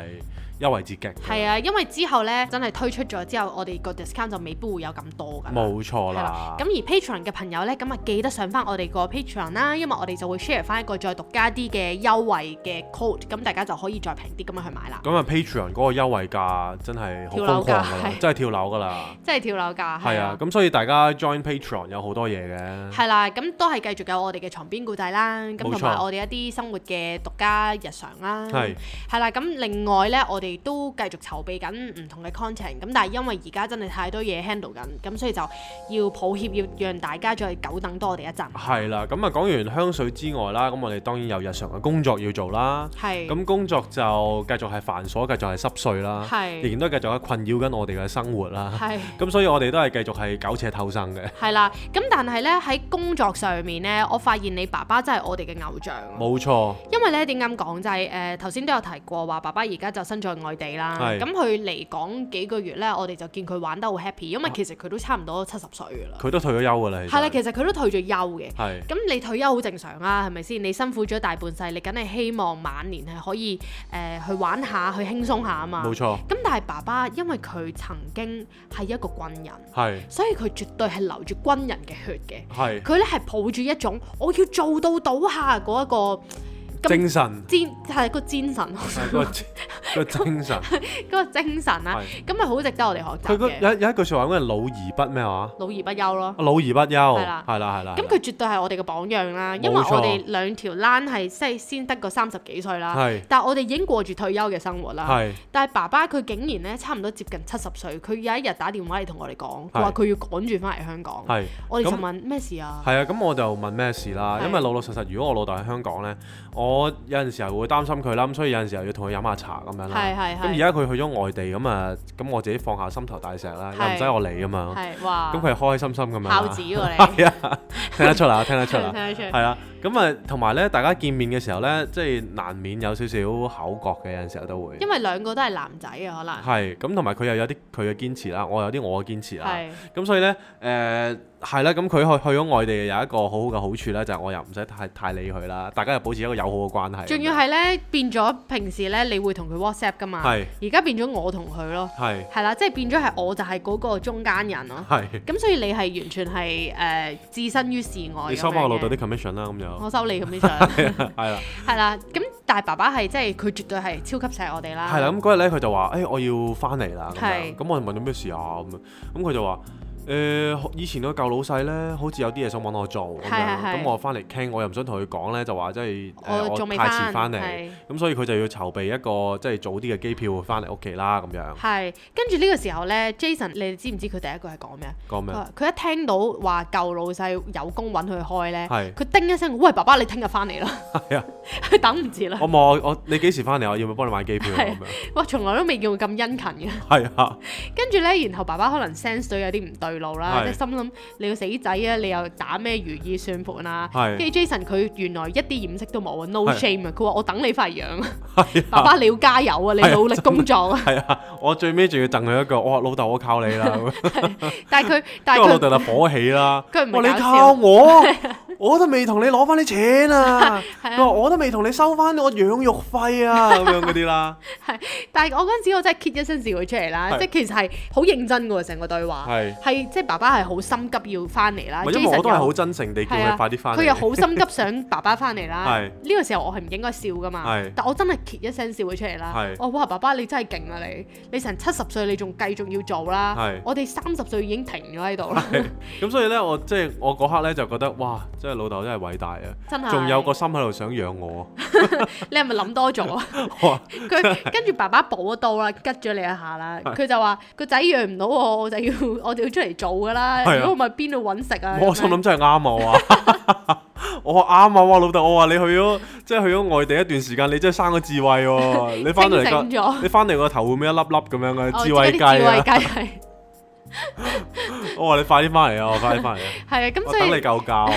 [SPEAKER 1] 優惠至極。
[SPEAKER 2] 係啊，因為之後呢，真係推出咗之後，我哋個 discount 就未必會有咁多㗎啦。
[SPEAKER 1] 冇錯
[SPEAKER 2] 啊係啦
[SPEAKER 1] 啦，
[SPEAKER 2] 咁而 Patron 嘅朋友呢，咁啊記得上翻我哋個 Patron 啦，因為我哋就會 share 翻一個再獨家啲嘅優惠嘅 code，咁大家就可以再平啲咁樣去買啦。
[SPEAKER 1] 咁啊 Patreon 嗰個優惠價真係好
[SPEAKER 2] 跳樓
[SPEAKER 1] 瘋狂㗎
[SPEAKER 2] 價
[SPEAKER 1] 啦
[SPEAKER 2] 係，
[SPEAKER 1] 真係跳樓㗎啦，
[SPEAKER 2] 即係跳樓價
[SPEAKER 1] 係啊，咁所以大家 join Patreon 有好多嘢嘅，
[SPEAKER 2] 係啦，咁都係繼續有我哋嘅床邊故仔啦，咁
[SPEAKER 1] 冇錯
[SPEAKER 2] 同埋我哋一啲生活嘅獨家日常啦，
[SPEAKER 1] 係
[SPEAKER 2] 係啦，咁另外呢，我哋都繼續籌備緊唔同嘅 content，咁但係因為而家真係太多嘢 handle 緊，咁所以就要抱歉，要讓大家再久等多我哋一陣，
[SPEAKER 1] 係啦，咁啊講完香水之外啦，咁我哋當然有日常嘅工作要做啦。
[SPEAKER 2] 係，
[SPEAKER 1] 咁啊工作就繼續係繁瑣，繼續係濕碎啦，
[SPEAKER 2] 係
[SPEAKER 1] 仍然都係繼續係困擾緊我哋嘅生活啦。
[SPEAKER 2] 係。
[SPEAKER 1] 咁所以我哋都係繼續係苟且偷生嘅，
[SPEAKER 2] 係啦，咁但係呢，喺工作上面呢，我發現你爸爸真係我哋嘅偶像。啊
[SPEAKER 1] 冇錯，
[SPEAKER 2] 因為呢點解咁講就係誒頭先都有提過話，爸爸而家就身在外地啦。
[SPEAKER 1] 係
[SPEAKER 2] 咁佢嚟港幾個月呢，我哋就見佢玩得好 happy，因為其實佢都差唔多七十歲㗎啦。
[SPEAKER 1] 佢都退咗休㗎啦，
[SPEAKER 2] 係啦，
[SPEAKER 1] 啊其實
[SPEAKER 2] 其實佢都退咗休嘅。
[SPEAKER 1] 係
[SPEAKER 2] 咁你退休好正常啊啦，係咪先？你辛苦咗大半世，你梗係希望晚年係可以誒、呃去玩下，去輕鬆下啊嘛。
[SPEAKER 1] 冇錯，
[SPEAKER 2] 咁但係爸爸因為佢曾經係一個軍人，
[SPEAKER 1] 係
[SPEAKER 2] 所以佢絕對係流住軍人嘅血嘅。
[SPEAKER 1] 係
[SPEAKER 2] 佢咧係抱住一種我要做到倒下嗰一個咁
[SPEAKER 1] 精神
[SPEAKER 2] 精係個精神，
[SPEAKER 1] 係個個精神
[SPEAKER 2] 嗰個精神啦，
[SPEAKER 1] 係
[SPEAKER 2] 咁咪好值得我哋學
[SPEAKER 1] 佢
[SPEAKER 2] 習
[SPEAKER 1] 個
[SPEAKER 2] 嘅，
[SPEAKER 1] 有有一句説話，嗰係老而不咩話，
[SPEAKER 2] 老而不憂咯。
[SPEAKER 1] 老而不休，係
[SPEAKER 2] 啦
[SPEAKER 1] 啦係啦，
[SPEAKER 2] 咁佢絕對係我哋嘅榜樣啦，因為
[SPEAKER 1] 冇錯
[SPEAKER 2] 我哋兩條攣係即係先得個三十幾歲啦，
[SPEAKER 1] 係
[SPEAKER 2] 但係我哋已經過住退休嘅生活啦。
[SPEAKER 1] 係
[SPEAKER 2] 但係爸爸佢竟然咧差唔多接近七十歲，佢有一日打電話嚟同我哋講，佢
[SPEAKER 1] 係
[SPEAKER 2] 話佢要趕住翻嚟香港，
[SPEAKER 1] 係。
[SPEAKER 2] 我哋就
[SPEAKER 1] 咁
[SPEAKER 2] 問咩事啊？
[SPEAKER 1] 係啊，咁我就問咩事啦，
[SPEAKER 2] 係
[SPEAKER 1] 因為老老實實，如果我老豆喺香港呢，我有陣時候會擔心佢啦，咁所以有陣時候要同佢飲下茶咁樣
[SPEAKER 2] 係
[SPEAKER 1] 啦。
[SPEAKER 2] 係
[SPEAKER 1] 咁而
[SPEAKER 2] 係
[SPEAKER 1] 家佢去咗外地咁啊，咁我自己放下心頭大石啦，又
[SPEAKER 2] 係
[SPEAKER 1] 唔使我理啊嘛。
[SPEAKER 2] 係哇
[SPEAKER 1] 咁，佢係開開心心咁樣
[SPEAKER 2] 孝子
[SPEAKER 1] 啦。
[SPEAKER 2] 喎你，
[SPEAKER 1] 係啊，聽得出啦，聽得出
[SPEAKER 2] 聽唔
[SPEAKER 1] 啦
[SPEAKER 2] 聽。 得出？
[SPEAKER 1] 係啦，咁啊，同埋呢，大家見面嘅時候呢，即係難免有少少口角嘅，有陣時候都會。
[SPEAKER 2] 因為兩個都係男仔啊，可能
[SPEAKER 1] 係咁，同埋佢又有啲佢嘅堅持啦，我有啲我嘅堅持啦。
[SPEAKER 2] 係
[SPEAKER 1] 啊咁所以呢，誒係啦，咁佢去去咗外地有一個好好嘅好處咧，就係、我又唔使太太理佢啦，大家又保持一個友好嘅關係。
[SPEAKER 2] 仲要係咧變咗平時咧，你會同佢 WhatsApp 噶嘛？
[SPEAKER 1] 係
[SPEAKER 2] 而家變咗我同佢咯，
[SPEAKER 1] 係
[SPEAKER 2] 係啦，即係變咗係我就係嗰個中間人咯。
[SPEAKER 1] 係，
[SPEAKER 2] 咁所以你係完全係誒、呃置身於事外。
[SPEAKER 1] 你收翻我老豆啲
[SPEAKER 2] 啲，
[SPEAKER 1] commission 啦，咁 就
[SPEAKER 2] 我收你咁 啲相，
[SPEAKER 1] 係啦，
[SPEAKER 2] 係啦。咁但係爸爸係即係佢絕對係超級錫我哋啦。
[SPEAKER 1] 係啦。咁嗰日咧，佢就話：，誒、我要翻嚟啦。咁
[SPEAKER 2] 係
[SPEAKER 1] 樣，咁我就問咗咩事啊？咁樣，咁佢就話。誒、以前個舊老細咧，好似有啲嘢想揾我做咁
[SPEAKER 2] 係係
[SPEAKER 1] 樣，
[SPEAKER 2] 係
[SPEAKER 1] 咁我翻嚟傾，我又唔想同佢講咧，就話即係誒
[SPEAKER 2] 我仲未
[SPEAKER 1] 太遲
[SPEAKER 2] 翻，
[SPEAKER 1] 翻嚟，
[SPEAKER 2] 係
[SPEAKER 1] 咁所以佢就要籌備一個即係早啲嘅機票翻嚟屋企啦，咁 樣
[SPEAKER 2] 係。跟住呢個時候咧，Jason，你哋知唔知佢第一句係講咩啊？
[SPEAKER 1] 講咩
[SPEAKER 2] 佢？話佢一聽到話舊老細有工揾佢開咧，
[SPEAKER 1] 係
[SPEAKER 2] 佢叮一聲，喂爸爸，你聽日翻嚟啦，
[SPEAKER 1] 係啊。
[SPEAKER 2] 佢等唔住啦。
[SPEAKER 1] 我望我你幾時翻嚟啊？我要唔要幫你買機票啊
[SPEAKER 2] 係
[SPEAKER 1] 咁樣？
[SPEAKER 2] 哇，從來都未見過咁殷勤嘅。
[SPEAKER 1] 係啊，
[SPEAKER 2] 跟住呢，然後爸爸可能 sense 到有啲唔對路啦，
[SPEAKER 1] 係
[SPEAKER 2] 即係心諗你個死仔啊，你又打咩如意算盤啊？
[SPEAKER 1] 係
[SPEAKER 2] 跟住 Jason 佢原來一啲掩飾都冇啊，no
[SPEAKER 1] 係
[SPEAKER 2] shame 啊！佢話我等你翻 嚟養啊，
[SPEAKER 1] 係
[SPEAKER 2] 爸
[SPEAKER 1] 啊，
[SPEAKER 2] 爸你要加油啊，你
[SPEAKER 1] 係啊
[SPEAKER 2] 努力工作 啊！
[SPEAKER 1] 係啊！我最尾仲要贈佢一句：我話老豆，我靠你啦！咁樣
[SPEAKER 2] 但係佢
[SPEAKER 1] 跟
[SPEAKER 2] 但
[SPEAKER 1] 住
[SPEAKER 2] 係
[SPEAKER 1] 我老
[SPEAKER 2] 佢
[SPEAKER 1] 豆就火起啦。
[SPEAKER 2] 佢唔係
[SPEAKER 1] 我話
[SPEAKER 2] 搞
[SPEAKER 1] 你
[SPEAKER 2] 笑
[SPEAKER 1] 靠 我，我都未同你攞翻啲錢啊！
[SPEAKER 2] 係
[SPEAKER 1] 佢
[SPEAKER 2] 啊
[SPEAKER 1] 話我都未同你收翻我養育費 啊！咁樣嗰啲啦，
[SPEAKER 2] 但係我嗰陣時我真係 kit 一聲笑佢出嚟啦，
[SPEAKER 1] 係
[SPEAKER 2] 即係其實係好認真嘅喎成個對話，
[SPEAKER 1] 係
[SPEAKER 2] 係即係爸爸係好心急要翻嚟啦
[SPEAKER 1] 唔係因為我都係好
[SPEAKER 2] 又
[SPEAKER 1] 真誠地叫
[SPEAKER 2] 啊係啊
[SPEAKER 1] 佢快啲翻
[SPEAKER 2] 佢又
[SPEAKER 1] 嚟。
[SPEAKER 2] 好心急想爸爸翻嚟啦。
[SPEAKER 1] 係
[SPEAKER 2] 呢個時候我係唔應該笑噶嘛
[SPEAKER 1] 係，
[SPEAKER 2] 但我真係揭一聲笑咗出嚟啦
[SPEAKER 1] 係。
[SPEAKER 2] 我哇爸爸你真係勁啊你，你成七十歲你仲繼續要做啦
[SPEAKER 1] 係，
[SPEAKER 2] 我哋三十歲已經停咗喺度啦，
[SPEAKER 1] 咁所以咧，我即係我嗰刻咧就覺得哇，真係老豆真係偉大啊！
[SPEAKER 2] 真係。
[SPEAKER 1] 仲有個心喺度想養 我，
[SPEAKER 2] 你係咪諗多 咗啊？
[SPEAKER 1] 哇！
[SPEAKER 2] 佢跟住爸爸補一刀啦，吉咗你一下啦。佢就話個仔養唔到我，我就要 我就要出嚟做噶啦。
[SPEAKER 1] 係啊
[SPEAKER 2] 如果唔係邊度揾食啊？
[SPEAKER 1] 我心諗真係啱我啊！我我話 啱啊！哇，老豆，我話你去咗，即係去咗外地一段時間，你真係生咗智慧喎！你翻到嚟
[SPEAKER 2] 清醒
[SPEAKER 1] 個
[SPEAKER 2] 咗，
[SPEAKER 1] 你翻嚟個頭會唔會一粒粒咁樣嘅
[SPEAKER 2] 哦
[SPEAKER 1] 智慧
[SPEAKER 2] 即
[SPEAKER 1] 雞
[SPEAKER 2] 係嗰啲智
[SPEAKER 1] 啊？
[SPEAKER 2] 慧雞係
[SPEAKER 1] 我話你快啲翻嚟啊！我快啲翻嚟啊！
[SPEAKER 2] 係啊，咁
[SPEAKER 1] 我
[SPEAKER 2] 所
[SPEAKER 1] 等你
[SPEAKER 2] 以
[SPEAKER 1] 夠教啊！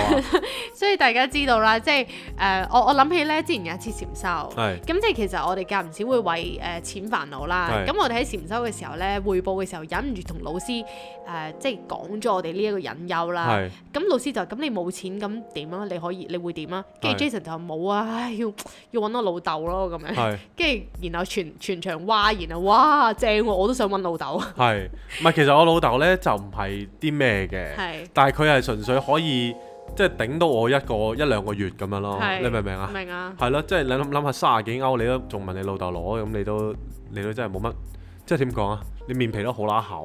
[SPEAKER 2] 所以大家知道啦，即係誒、呃我我諗起咧，之前有一次禪修，
[SPEAKER 1] 係
[SPEAKER 2] 咁即係其實我哋間唔時會為誒、呃、錢煩惱啦。
[SPEAKER 1] 係
[SPEAKER 2] 咁我哋喺禪修嘅時候咧，匯報嘅時候忍唔住同老師誒、呃即係講咗我哋呢一個隱憂啦。
[SPEAKER 1] 係
[SPEAKER 2] 咁老師就咁你冇錢咁點啊？你可以你會點啊？跟
[SPEAKER 1] 係啊
[SPEAKER 2] 住 Jason 就話冇啊，唉要要揾我老豆咯咁樣。
[SPEAKER 1] 係
[SPEAKER 2] 跟住然後全全場哇，然後哇正喎、我都想揾老豆。
[SPEAKER 1] 係，唔係其實我老豆咧就唔係啲咩嘅，
[SPEAKER 2] 係
[SPEAKER 1] 但係佢係純粹可以即係頂到我一個一兩個月咁樣咯。
[SPEAKER 2] 係
[SPEAKER 1] 你明唔明啊？
[SPEAKER 2] 明啊？
[SPEAKER 1] 係咯，即係你諗諗下卅幾歐，你都仲問你老豆攞，咁你都你都真係冇乜，即係點講啊？你面皮都好乸 厚，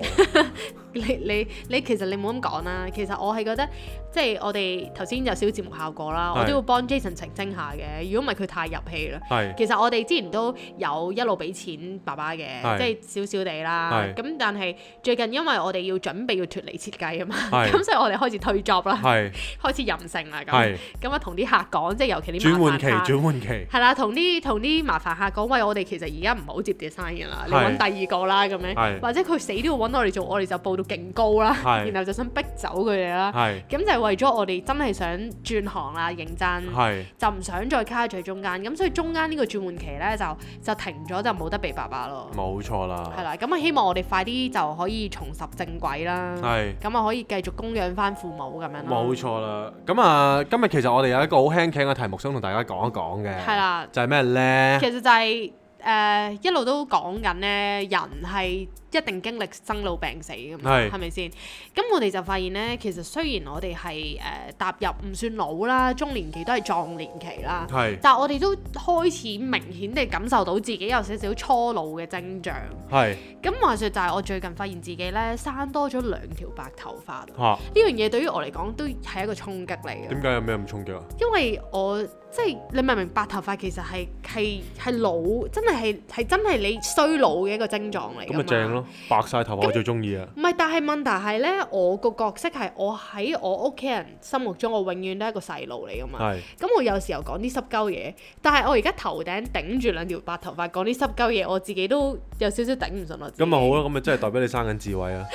[SPEAKER 2] 你你你其實你冇咁講啦，其實我係覺得即係我哋頭先有少少節目效果啦，
[SPEAKER 1] 係
[SPEAKER 2] 我都要幫 Jason 澄清下嘅，如果唔係佢太入戲啦。
[SPEAKER 1] 係
[SPEAKER 2] 其實我哋之前都有一路俾錢爸爸嘅，
[SPEAKER 1] 係
[SPEAKER 2] 即係少少地啦。
[SPEAKER 1] 係
[SPEAKER 2] 咁但係最近因為我哋要準備要脱離設計啊嘛，
[SPEAKER 1] 係
[SPEAKER 2] 咁所以我哋開始退 job 啦，
[SPEAKER 1] 係
[SPEAKER 2] 開始任性啦咁。
[SPEAKER 1] 係
[SPEAKER 2] 咁啊，同啲客講，即係尤其啲
[SPEAKER 1] 轉
[SPEAKER 2] 麻
[SPEAKER 1] 換
[SPEAKER 2] 煩
[SPEAKER 1] 期，
[SPEAKER 2] 客
[SPEAKER 1] 轉換期
[SPEAKER 2] 係啦，同啲同啲麻煩客講，喂，我哋其實而家唔好接 design 嘅啦，你
[SPEAKER 1] 係
[SPEAKER 2] 揾第二個啦咁樣，
[SPEAKER 1] 係
[SPEAKER 2] 或者佢死都要揾我哋做，我哋就報到勁高啦，
[SPEAKER 1] 係
[SPEAKER 2] 然後就想逼走佢哋啦。
[SPEAKER 1] 係
[SPEAKER 2] 咁就係為咗我哋真係想轉行啦，認真
[SPEAKER 1] 係
[SPEAKER 2] 就唔想再卡喺最中間，咁所以中間呢個轉換期呢，就就停咗，就冇得俾爸爸咯。
[SPEAKER 1] 冇錯
[SPEAKER 2] 係
[SPEAKER 1] 啦，
[SPEAKER 2] 啦，咁啊希望我哋快啲就可以重拾正軌啦，
[SPEAKER 1] 係
[SPEAKER 2] 咁啊可以繼續供養翻父母咁樣咯。
[SPEAKER 1] 冇錯啦。咁啊，今日其實我哋有一個好輕輕嘅題目想同大家講一講嘅，
[SPEAKER 2] 係啦
[SPEAKER 1] 就係咩咧
[SPEAKER 2] 其？實就係、誒、一路都講緊咧，人係一定經歷生老病死㗎嘛，
[SPEAKER 1] 係
[SPEAKER 2] 係咪先？咁我哋就發現咧，其實雖然我哋係誒呃踏入唔算老啦，中年期都係壯年期啦，
[SPEAKER 1] 係
[SPEAKER 2] 但係我哋都開始明顯地感受到自己有少少初老嘅徵象。
[SPEAKER 1] 係
[SPEAKER 2] 咁話說就係我最近發現自己咧生多咗兩條白頭髮，啊呢
[SPEAKER 1] 嚇，
[SPEAKER 2] 樣嘢對於我嚟講都係一個衝擊嚟嘅。
[SPEAKER 1] 點解有咩咁衝擊啊？
[SPEAKER 2] 因為我即係你明唔明白頭髮其實係係係老，真係係係真係你衰老嘅一個症狀嚟㗎
[SPEAKER 1] 咁
[SPEAKER 2] 嘛。
[SPEAKER 1] 咪正咯，白晒頭髮我最中意啊！
[SPEAKER 2] 唔係，但係問題係咧，我個角色係我喺我屋企人心目中，我永遠都係一個細路嚟㗎嘛。
[SPEAKER 1] 係
[SPEAKER 2] 咁啊我有時候講啲濕鳩嘢，但係我而家頭頂頂住兩條白頭髮講啲濕鳩嘢，我自己都有少少頂唔順我自己。
[SPEAKER 1] 咁咪好咯，咁咪真係代表你生緊智慧啊！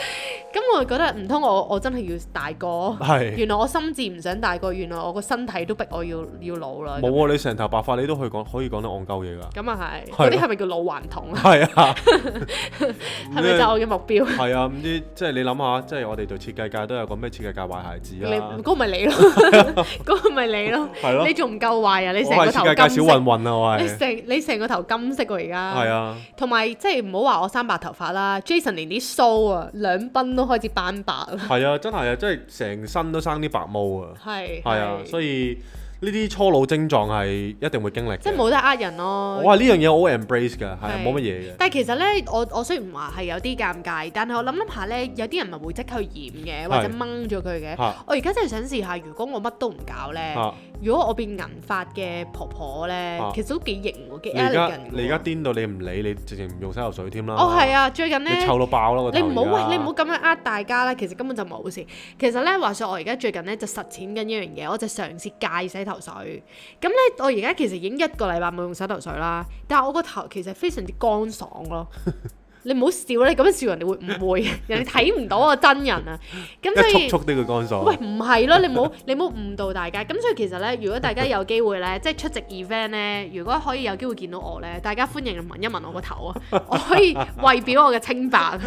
[SPEAKER 2] 咁我就覺得唔通我我真係要大個？
[SPEAKER 1] 係
[SPEAKER 2] 原來我心智唔想大個，原來我個身體都逼我要要老啦。咁
[SPEAKER 1] 冇啊！你成頭白髮你都可以講可以講得戇鳩嘢 㗎，
[SPEAKER 2] 咁啊係，
[SPEAKER 1] 係
[SPEAKER 2] 嗰
[SPEAKER 1] 咯
[SPEAKER 2] 啲係咪叫老頑童啊？
[SPEAKER 1] 係啊，
[SPEAKER 2] 係 咪就係我嘅目標？
[SPEAKER 1] 係啊，唔知即係你諗下，即係我哋做設計界都有個咩設計界壞孩子
[SPEAKER 2] 你
[SPEAKER 1] 啊
[SPEAKER 2] 嗰，個咪 你咯，嗰個咪你咯，
[SPEAKER 1] 係咯
[SPEAKER 2] 你，仲唔夠壞啊？你
[SPEAKER 1] 我
[SPEAKER 2] 成個
[SPEAKER 1] 係設計界小
[SPEAKER 2] 頭金
[SPEAKER 1] 混
[SPEAKER 2] 色，
[SPEAKER 1] 混啊，我
[SPEAKER 2] 你
[SPEAKER 1] 係
[SPEAKER 2] 成你成個頭金色喎而家。
[SPEAKER 1] 係啊，
[SPEAKER 2] 同埋即係唔好話我生白頭髮啦，Jason 連啲須啊兩鬢都開始斑白啦，
[SPEAKER 1] 係啊，真係啊，即係成身都生啲白毛啊，
[SPEAKER 2] 係
[SPEAKER 1] 係啊，所以呢啲初老症狀係一定會經歷
[SPEAKER 2] 即係
[SPEAKER 1] 嘅。
[SPEAKER 2] 冇得呃人咯。
[SPEAKER 1] 我係呢樣嘢我好 embrace 㗎，係啊
[SPEAKER 2] 係
[SPEAKER 1] 冇乜嘢嘅，
[SPEAKER 2] 但係其實咧，我我雖然話係有啲尷尬，但係我諗諗下咧，有啲人咪會即刻去染嘅，或者
[SPEAKER 1] 係
[SPEAKER 2] 掹咗佢嘅。
[SPEAKER 1] 嚇
[SPEAKER 2] 我而家真係想試下，如果我乜都唔搞咧，
[SPEAKER 1] 嚇
[SPEAKER 2] 如果我變銀髮嘅婆婆咧，
[SPEAKER 1] 啊
[SPEAKER 2] 其實都幾型喎，幾
[SPEAKER 1] 你而家
[SPEAKER 2] elegant
[SPEAKER 1] 你而家
[SPEAKER 2] 喎
[SPEAKER 1] 癲到你唔理，你直情唔用洗頭水添啦。
[SPEAKER 2] 哦，係啊，最近咧
[SPEAKER 1] 你，臭到爆啦個頭
[SPEAKER 2] 你唔好
[SPEAKER 1] 而家
[SPEAKER 2] 喂，你唔好咁樣呃大家啦，其實根本就冇事。其實咧，話說我而家最近咧就實踐緊一樣嘢，我就嘗試戒洗頭水。咁咧，我而家其實已經一個禮拜冇用洗頭水啦，但係我個頭其實非常之乾爽 咯。你唔好笑咧，咁樣笑人哋會誤會，人哋睇唔到我真人啊。咁所以
[SPEAKER 1] 一速速啲佢乾爽。
[SPEAKER 2] 喂，唔係咯，你唔好 你唔好誤導大家。咁所以其實咧，如果大家有機會咧，即係出席 event 咧，如果可以有機會見到我咧，大家歡迎聞一聞我個頭啊！我可以為表我嘅清白，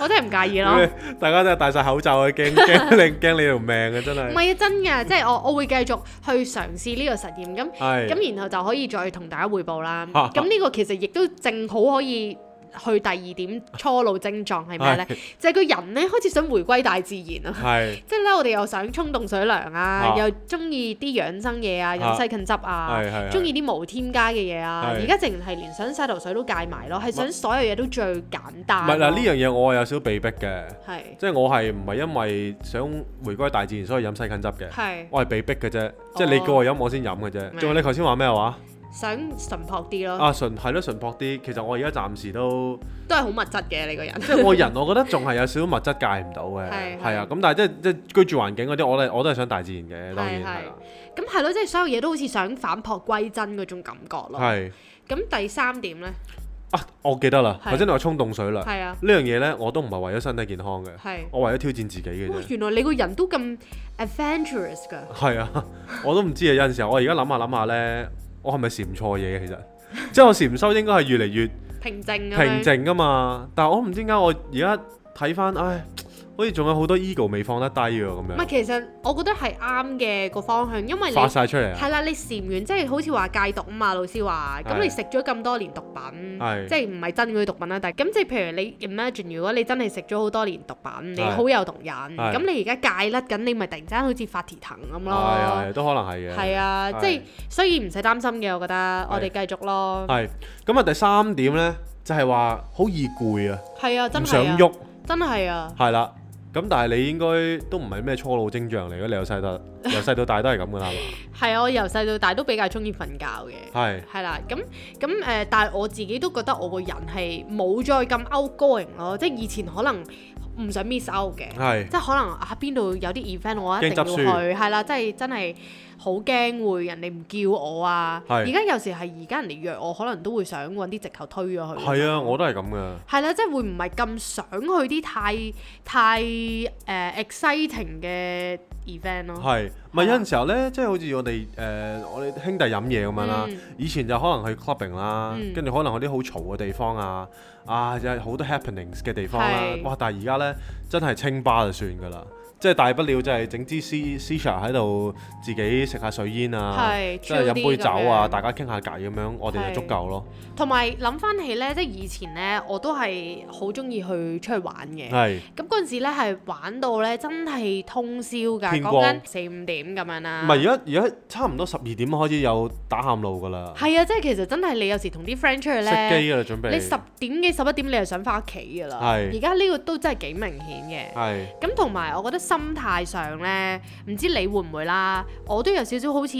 [SPEAKER 2] 我真係唔介意咯。
[SPEAKER 1] 咁你大家真係戴晒口罩啊， 驚驚你驚你條命啊，真
[SPEAKER 2] 唔
[SPEAKER 1] 係。
[SPEAKER 2] 係啊，真嘅，即係我我會繼續去嘗試呢個實驗咁。
[SPEAKER 1] 係
[SPEAKER 2] 咁然後就可以再同大家匯報啦。咁呢個其實亦都正好可以去第二點初老症狀 係咩呢？就係個人呢開始想回歸大自然啊！
[SPEAKER 1] 係
[SPEAKER 2] 即係咧，我哋又想沖凍水涼啊
[SPEAKER 1] 啊，
[SPEAKER 2] 又中意啲養生嘢啊，飲
[SPEAKER 1] 啊
[SPEAKER 2] 西芹汁啊
[SPEAKER 1] 係係，係
[SPEAKER 2] 中意啲無添加嘅嘢啊。
[SPEAKER 1] 係
[SPEAKER 2] 而家淨係連想洗頭水都戒埋咯，係想所有嘢都最簡
[SPEAKER 1] 唔
[SPEAKER 2] 單咯。
[SPEAKER 1] 係嗱？呢樣嘢我係有少少被逼嘅，
[SPEAKER 2] 係
[SPEAKER 1] 即係我係唔係因為想回歸大自然所以飲西芹汁嘅，
[SPEAKER 2] 係哦
[SPEAKER 1] 我係被逼嘅啫，即係你叫我飲我先飲嘅啫。仲有你頭先話咩話？
[SPEAKER 2] 想淳樸啲咯，
[SPEAKER 1] 啊純係咯純樸啲。其實我而家暫時 都
[SPEAKER 2] 都係好物質嘅你個人。
[SPEAKER 1] 即係我人，我覺得仲係有少少物質戒唔到嘅，
[SPEAKER 2] 係
[SPEAKER 1] 係啊。
[SPEAKER 2] 係
[SPEAKER 1] 咁但係即係即係居住環境嗰啲，我都係我都係想大自然嘅，當然
[SPEAKER 2] 係
[SPEAKER 1] 係
[SPEAKER 2] 係
[SPEAKER 1] 啦。
[SPEAKER 2] 咁係咯，即係所有嘢都好似想反璞歸真嗰種感覺咯。
[SPEAKER 1] 係
[SPEAKER 2] 咁第三點呢，
[SPEAKER 1] 啊，我記得啦，
[SPEAKER 2] 係
[SPEAKER 1] 頭先你話沖凍水涼呢
[SPEAKER 2] 係啊，
[SPEAKER 1] 樣嘢呢，我都唔係為咗身體健康嘅，
[SPEAKER 2] 係。
[SPEAKER 1] 我為咗挑戰自己嘅
[SPEAKER 2] 哇
[SPEAKER 1] 啫。！
[SPEAKER 2] 原來你個人都咁 adventurous 㗎，
[SPEAKER 1] 係啊，我都唔知啊。有陣時候我而家諗下諗下呢，我係咪禪錯嘢嘅其實？即係我禪修應該係越嚟越
[SPEAKER 2] 平靜咁
[SPEAKER 1] 平
[SPEAKER 2] 樣。
[SPEAKER 1] 靜啊嘛，但係我唔知點解我而家睇翻，唉，好似仲有好多 ego 未放得低喎咁
[SPEAKER 2] 唔係，
[SPEAKER 1] 樣，
[SPEAKER 2] 其實我覺得係啱嘅個方向，因為你
[SPEAKER 1] 發晒出嚟啊！
[SPEAKER 2] 係啦，你禪完即係好似話戒毒啊嘛，老師話。咁
[SPEAKER 1] 係
[SPEAKER 2] 你食咗咁多年毒品，
[SPEAKER 1] 係
[SPEAKER 2] 即係唔係真嗰啲毒品啦？但係咁即係譬如你 imagine，如果你真係食咗好多年毒品，你
[SPEAKER 1] 係
[SPEAKER 2] 好有毒癮，
[SPEAKER 1] 係
[SPEAKER 2] 咁你而家戒甩緊，你咪突然之間好似發蹄騰咁
[SPEAKER 1] 係
[SPEAKER 2] 咯。
[SPEAKER 1] 係，都可能係嘅。
[SPEAKER 2] 係啊，
[SPEAKER 1] 係
[SPEAKER 2] 即係所以唔使擔心嘅，我覺得我哋繼續咯。
[SPEAKER 1] 係咁啊，第三點呢，就係話好易攰啊，
[SPEAKER 2] 係啊，真
[SPEAKER 1] 唔想
[SPEAKER 2] 係啊，
[SPEAKER 1] 喐，
[SPEAKER 2] 真係啊。
[SPEAKER 1] 係啦。咁但係你應該都唔係咩初老徵象嚟嘅，你由細到由細到大都係咁噶啦，係
[SPEAKER 2] 係啊，我由細到大都比較中意瞓覺嘅。
[SPEAKER 1] 嘛係
[SPEAKER 2] 係啦，咁咁誒，但係我自己都覺得我個人係冇再咁 outgoing 咯，即係以前可能唔想 miss out 嘅，
[SPEAKER 1] 係
[SPEAKER 2] 即係可能啊邊度有啲 event 我一定
[SPEAKER 1] 嗯驚
[SPEAKER 2] 要
[SPEAKER 1] 執
[SPEAKER 2] 去，係啦，即係真係好驚會人哋唔叫我啊。
[SPEAKER 1] 係
[SPEAKER 2] 而家有時係而家人哋約我，可能都會想揾啲藉口推咗佢。
[SPEAKER 1] 係啊，我都係咁噶，
[SPEAKER 2] 係啦，即係會唔係咁想去啲太太誒、呃 exciting 嘅 event 咯。啊
[SPEAKER 1] 係咪有陣時候呢，即係好似我哋誒我哋兄弟飲嘢咁樣啦。
[SPEAKER 2] 嗯
[SPEAKER 1] 以前就可能去 clubbing 啦
[SPEAKER 2] 嗯，
[SPEAKER 1] 跟住、可能去啲好嘈嘅地方啊，啊有好多 happenings 嘅地方啦
[SPEAKER 2] 係。
[SPEAKER 1] 哇！但係而家呢，真係清吧就算㗎啦，即係大不了就係整支 C C 茶喺度自己食下水煙啊，
[SPEAKER 2] 係，
[SPEAKER 1] 即係飲杯酒啊，
[SPEAKER 2] chill 啲咁樣
[SPEAKER 1] 大家傾下偈咁樣，我哋就足夠咯。
[SPEAKER 2] 同埋諗翻起咧，即係以前咧，我都係好中意去出去玩嘅。
[SPEAKER 1] 係
[SPEAKER 2] 咁嗰陣時咧係玩到咧真係通宵㗎，
[SPEAKER 1] 天
[SPEAKER 2] 講
[SPEAKER 1] 光
[SPEAKER 2] 緊四五點咁樣
[SPEAKER 1] 唔
[SPEAKER 2] 啦。
[SPEAKER 1] 係而家而家差唔多十二點開始有打喊路㗎啦，
[SPEAKER 2] 係啊，即係其實真係你有時同啲 friend 出去
[SPEAKER 1] 熄機
[SPEAKER 2] 咧，
[SPEAKER 1] 㗎啦，準備。
[SPEAKER 2] 你十點幾十一點你就想翻屋企㗎啦。
[SPEAKER 1] 係
[SPEAKER 2] 而家呢個都真係幾明顯嘅。
[SPEAKER 1] 係
[SPEAKER 2] 咁同埋我覺得心態上咧，唔知你會唔會啦，我都有少少好似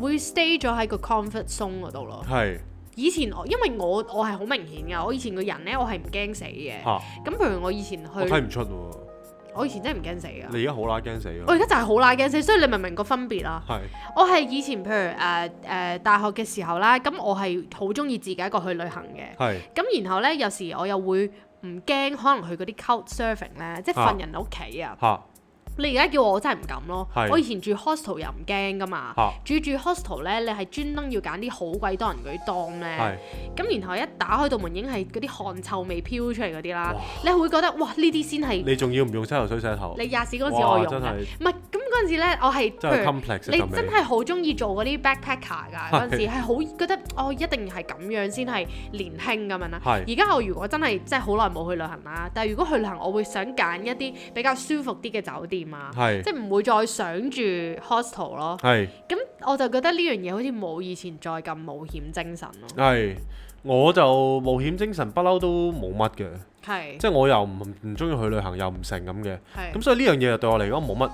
[SPEAKER 2] 會 stay 咗喺個 comfort zone 嗰度咯。
[SPEAKER 1] 係
[SPEAKER 2] 以前我因為我我係好明顯㗎，我以前個人咧我係唔驚死嘅。
[SPEAKER 1] 嚇，
[SPEAKER 2] 咁譬如我以前
[SPEAKER 1] 我睇
[SPEAKER 2] 去，
[SPEAKER 1] 唔出喎，
[SPEAKER 2] 我以前真係唔驚死噶。
[SPEAKER 1] 你而家好啦，驚死㗎。
[SPEAKER 2] 我而家就係好乸驚死，所以你明唔明個分別啦？
[SPEAKER 1] 係
[SPEAKER 2] 我係以前譬如誒誒、呃呃大學嘅時候啦，咁我係好中意自己一個去旅行嘅。
[SPEAKER 1] 係
[SPEAKER 2] 咁然後咧，有時我又會唔驚，可能去嗰啲 couch surfing 咧，即係
[SPEAKER 1] 啊
[SPEAKER 2] 瞓人哋屋企啊。
[SPEAKER 1] 嚇
[SPEAKER 2] 你而家叫我，我真係唔敢咯。
[SPEAKER 1] 係啊
[SPEAKER 2] 我以前住 hostel 又唔驚噶嘛。
[SPEAKER 1] 嚇
[SPEAKER 2] 住住 hostel 咧，你係專登要揀啲好鬼多人嗰啲檔咧
[SPEAKER 1] 係。。
[SPEAKER 2] 咁然後一打開道門已經係嗰啲汗臭味飄出嚟嗰啲啦
[SPEAKER 1] 哇，
[SPEAKER 2] 你係會覺得哇呢啲先係
[SPEAKER 1] 你仲要唔用洗頭水洗頭？
[SPEAKER 2] 你廿時嗰陣時
[SPEAKER 1] 哦哇
[SPEAKER 2] 我用
[SPEAKER 1] 真
[SPEAKER 2] 嘅，
[SPEAKER 1] 係
[SPEAKER 2] 唔係咁嗰陣時咧，我係
[SPEAKER 1] 真
[SPEAKER 2] 譬
[SPEAKER 1] 係
[SPEAKER 2] 如
[SPEAKER 1] complex 嘅
[SPEAKER 2] 你真
[SPEAKER 1] 味。
[SPEAKER 2] 係好中意做嗰啲 backpacker 㗎，嗰陣時係好覺得哦，一定係咁樣先係年輕咁樣啦。
[SPEAKER 1] 係
[SPEAKER 2] 而家我如果真係即係好耐冇去旅行啦，但係如果去旅行，我會想揀一啲比較舒服啲嘅酒店啊，
[SPEAKER 1] 係
[SPEAKER 2] 即係唔會再想住 hostel 咯。
[SPEAKER 1] 係
[SPEAKER 2] 咁我就覺得呢樣嘢好似冇以前再咁冒險精神咯。
[SPEAKER 1] 係，我就冒險精神不嬲都冇乜嘅，
[SPEAKER 2] 係
[SPEAKER 1] 即係我又唔唔中意去旅行，又唔成咁嘅。
[SPEAKER 2] 係
[SPEAKER 1] 咁所以呢樣嘢就對我嚟講冇乜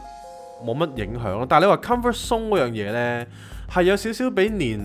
[SPEAKER 1] 冇乜影響咯。但係你話 comfort zone 嗰樣嘢呢，係有少少俾年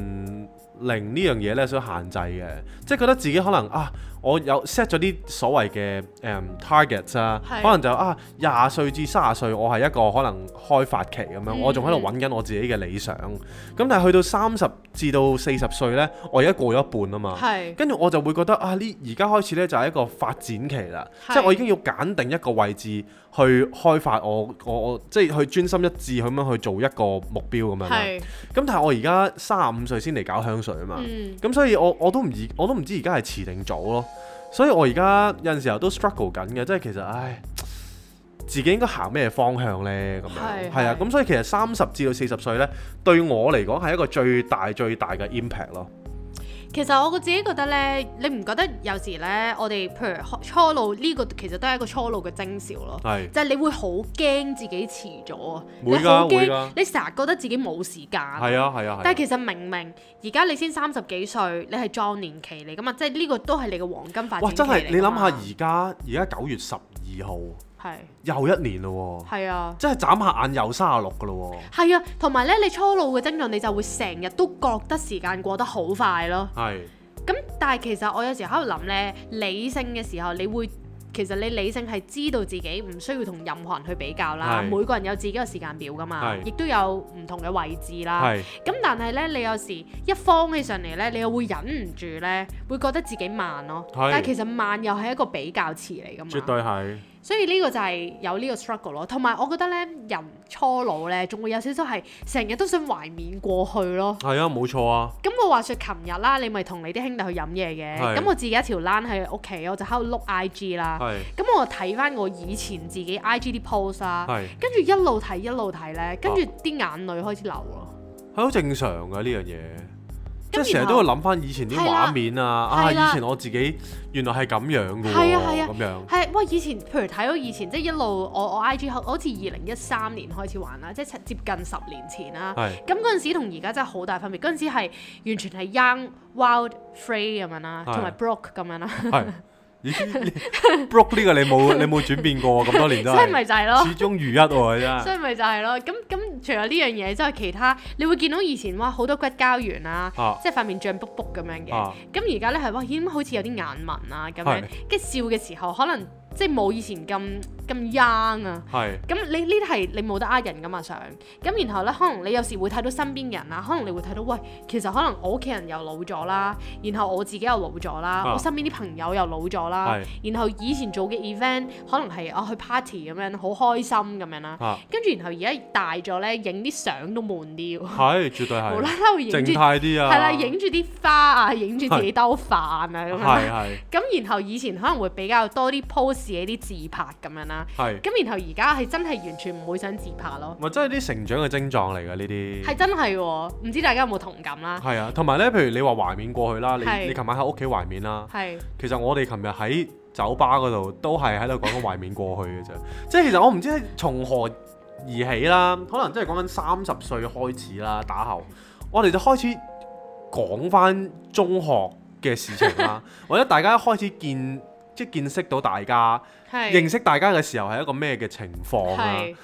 [SPEAKER 1] 齡呢樣嘢呢所限制嘅，即係覺得自己可能啊，我有 set 咗啲所謂嘅誒、嗯 targets 啊，
[SPEAKER 2] 係
[SPEAKER 1] 可能就啊廿歲至三十歲，我係一個可能開發期咁樣，
[SPEAKER 2] 嗯
[SPEAKER 1] 我仲喺度揾緊我自己嘅理想。咁但係去到三十至到四十歲呢，我而家過咗一半啊嘛。
[SPEAKER 2] 係
[SPEAKER 1] 跟住我就會覺得啊，呢而家開始呢，就係一個發展期啦，
[SPEAKER 2] 係
[SPEAKER 1] 即係我已經要揀定一個位置去開發我我我即係去專心一致咁樣去做一個目標咁樣啦。
[SPEAKER 2] 係
[SPEAKER 1] 咁但係我而家三十五歲先嚟搞香水啊嘛，
[SPEAKER 2] 嗯
[SPEAKER 1] 咁、所以我我都唔而我都唔知而家係遲定早咯。所以我而家有陣時候都 struggle 緊嘅，即係其實唉，自己應該行咩方向呢？咁樣
[SPEAKER 2] 係
[SPEAKER 1] 係啊，
[SPEAKER 2] 係
[SPEAKER 1] 咁所以其實三十至到四十歲呢，對我嚟講係一個最大最大嘅 impact 咯。
[SPEAKER 2] 其實我自己覺得咧，你唔覺得有時咧，我哋譬如初初老呢、個其實都係一個初老嘅徵兆咯，
[SPEAKER 1] 係
[SPEAKER 2] 就係你會好驚自己遲咗啊，
[SPEAKER 1] 會㗎
[SPEAKER 2] 你好
[SPEAKER 1] 會
[SPEAKER 2] 驚
[SPEAKER 1] 㗎，
[SPEAKER 2] 你成日覺得自己冇時間。
[SPEAKER 1] 係啊係啊係
[SPEAKER 2] 但
[SPEAKER 1] 啊
[SPEAKER 2] 係。其實明明而家你先三十幾歲，你係啊壯年期嚟噶嘛，即係呢個都係你嘅黃金發展
[SPEAKER 1] 哇！
[SPEAKER 2] 期
[SPEAKER 1] 真
[SPEAKER 2] 嚟㗎嘛。
[SPEAKER 1] 係你諗下，而家而家九月十二號，
[SPEAKER 2] 係
[SPEAKER 1] 又一年咯喎，
[SPEAKER 2] 係啊。
[SPEAKER 1] 即係眨下眼又三十六噶咯
[SPEAKER 2] 係啊，同埋咧，你初老嘅症狀，你就會成日都覺得時間過得好快咯。
[SPEAKER 1] 喎，係
[SPEAKER 2] 咁但係其實我有時喺度諗呢，理性嘅時候，你會其實你理性係知道自己唔需要同任何人去比較啦，
[SPEAKER 1] 係
[SPEAKER 2] 每個人有自己嘅時間表噶嘛，
[SPEAKER 1] 係
[SPEAKER 2] 亦都有唔同嘅位置啦。
[SPEAKER 1] 係
[SPEAKER 2] 咁但係呢，你有時一慌起上嚟呢，你又會忍唔住呢，會覺得自己慢咯。
[SPEAKER 1] 係
[SPEAKER 2] 但係其實慢又係一個比較詞嚟噶嘛。
[SPEAKER 1] 絕對係
[SPEAKER 2] 所以呢個就係有呢個 struggle 咯，同埋我覺得咧，人初老咧，仲會有少少係成日都想懷緬過去咯。
[SPEAKER 1] 係啊，冇錯啊，
[SPEAKER 2] 咁我話説琴日啦，你咪同你啲兄弟去飲嘢嘅，
[SPEAKER 1] 係
[SPEAKER 2] 咁我自己一條欄喺屋企，我就喺度碌 IG 啦。
[SPEAKER 1] 係
[SPEAKER 2] 咁我睇翻我以前自己 IG 啲 post 啦，
[SPEAKER 1] 係啊
[SPEAKER 2] 跟住一路睇一路睇咧，跟住啲眼淚開始流咯。
[SPEAKER 1] 係好正常噶呢樣嘢，即
[SPEAKER 2] 咁
[SPEAKER 1] 係成日
[SPEAKER 2] 然
[SPEAKER 1] 都
[SPEAKER 2] 後
[SPEAKER 1] 會諗翻以前啲
[SPEAKER 2] 係啦
[SPEAKER 1] 畫面啊，啊
[SPEAKER 2] 係啦
[SPEAKER 1] 以前我自己原來係咁樣噶
[SPEAKER 2] 係啊係
[SPEAKER 1] 喎，
[SPEAKER 2] 啊
[SPEAKER 1] 咁樣
[SPEAKER 2] 係，喂！以前譬如睇到以前，即係一路我我 IG 好好似二零一三年開始玩啦，即係接近十年前啦。
[SPEAKER 1] 係
[SPEAKER 2] 咁嗰陣時同而家真係好大分別，嗰陣時係完全係 young、wild、free 咁樣啦，
[SPEAKER 1] 係
[SPEAKER 2] 同埋 broke 咁樣啦，
[SPEAKER 1] 係。咦 Brook 呢個你冇 你冇轉變過喎咁多年都
[SPEAKER 2] 所以咪
[SPEAKER 1] 係，
[SPEAKER 2] 就係咯，
[SPEAKER 1] 始終如一喎真係
[SPEAKER 2] 所以咪就係咯。咁咁除咗呢樣嘢之外，其他你會見到以前哇好多骨膠原啊，
[SPEAKER 1] 啊
[SPEAKER 2] 即係塊面脹卜卜咁樣嘅
[SPEAKER 1] 啊。
[SPEAKER 2] 咁而家咧係哇已經好似有啲眼紋啊咁樣
[SPEAKER 1] 係，
[SPEAKER 2] 跟住笑嘅時候可能即係冇以前咁咁 young 啊。
[SPEAKER 1] 係
[SPEAKER 2] 咁你呢啲係你冇得呃人噶嘛相，咁然後呢，可能你有時會睇到身邊嘅人啊啦，可能你會睇到喂，其實可能我屋企人又老咗啦，然後我自己又老咗啦，
[SPEAKER 1] 啊
[SPEAKER 2] 我身邊啲朋友又老咗啦，然後以前做嘅 event 可能係啊去 party 咁樣好開心咁樣啦，
[SPEAKER 1] 啊
[SPEAKER 2] 跟住然後而家大咗呢，影啲相都悶啲喎，
[SPEAKER 1] 係絕對
[SPEAKER 2] 無啦
[SPEAKER 1] 係，
[SPEAKER 2] 啦會影
[SPEAKER 1] 靜
[SPEAKER 2] 住
[SPEAKER 1] 態啲啊，
[SPEAKER 2] 係啦，影住啲花啊，影住自己兜飯啊咁樣啦，
[SPEAKER 1] 係
[SPEAKER 2] 咁然後以前可能會比較多啲 post 自己啲自拍咁樣啦。
[SPEAKER 1] 係係，
[SPEAKER 2] 咁然後而家係真係完全唔會想自拍咯，
[SPEAKER 1] 咪真係啲成長嘅症狀嚟㗎呢啲。
[SPEAKER 2] 係真係喎，唔知大家有冇同感啦？
[SPEAKER 1] 係啊，同埋咧，譬如你話懷緬過去啦，
[SPEAKER 2] 係
[SPEAKER 1] 你你琴晚喺屋企懷緬啦，
[SPEAKER 2] 係
[SPEAKER 1] 其實我哋琴日喺酒吧嗰度都係喺度講緊懷緬過去嘅啫。即係其實我唔知係從何而起啦，可能真係講緊三十歲開始啦，打後我哋就開始講翻中學嘅事情 啦，或者大家開始見即係見識到大家認啊
[SPEAKER 2] 係
[SPEAKER 1] 識大家嘅時候係一個咩嘅情況啦。
[SPEAKER 2] 係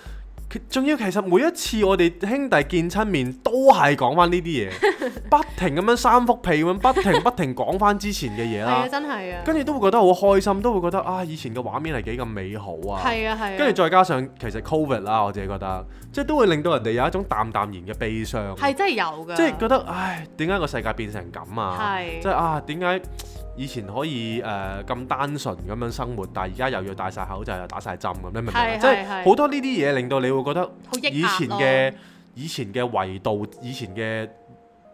[SPEAKER 1] 其仲要其實每一次我哋兄弟見親面都係講翻呢啲嘢， 不停咁樣三幅屁咁樣，不停不停講翻之前嘅嘢
[SPEAKER 2] 係啊，
[SPEAKER 1] 啦，
[SPEAKER 2] 真係啊，
[SPEAKER 1] 跟住都會覺得好開心，都會覺得啊以前嘅畫面係幾咁美好啊，
[SPEAKER 2] 係啊係
[SPEAKER 1] 跟
[SPEAKER 2] 啊，
[SPEAKER 1] 住再加上其實 Covid 啦，我自己覺得即係都會令到人哋有一種淡淡然嘅悲傷，
[SPEAKER 2] 係真係有㗎，
[SPEAKER 1] 即係覺得唉點解個世界變成咁啊？
[SPEAKER 2] 係
[SPEAKER 1] 即係啊點解？以前可以誒呃咁、單純咁樣生活，但係而家又要戴晒口罩，又打晒針咁，你明唔明啊？
[SPEAKER 2] 係
[SPEAKER 1] 即
[SPEAKER 2] 係係
[SPEAKER 1] 係好多呢啲嘢令到你會覺得
[SPEAKER 2] 好抑
[SPEAKER 1] 以
[SPEAKER 2] 壓
[SPEAKER 1] 前
[SPEAKER 2] 咯
[SPEAKER 1] 嘅以前嘅維度，以前嘅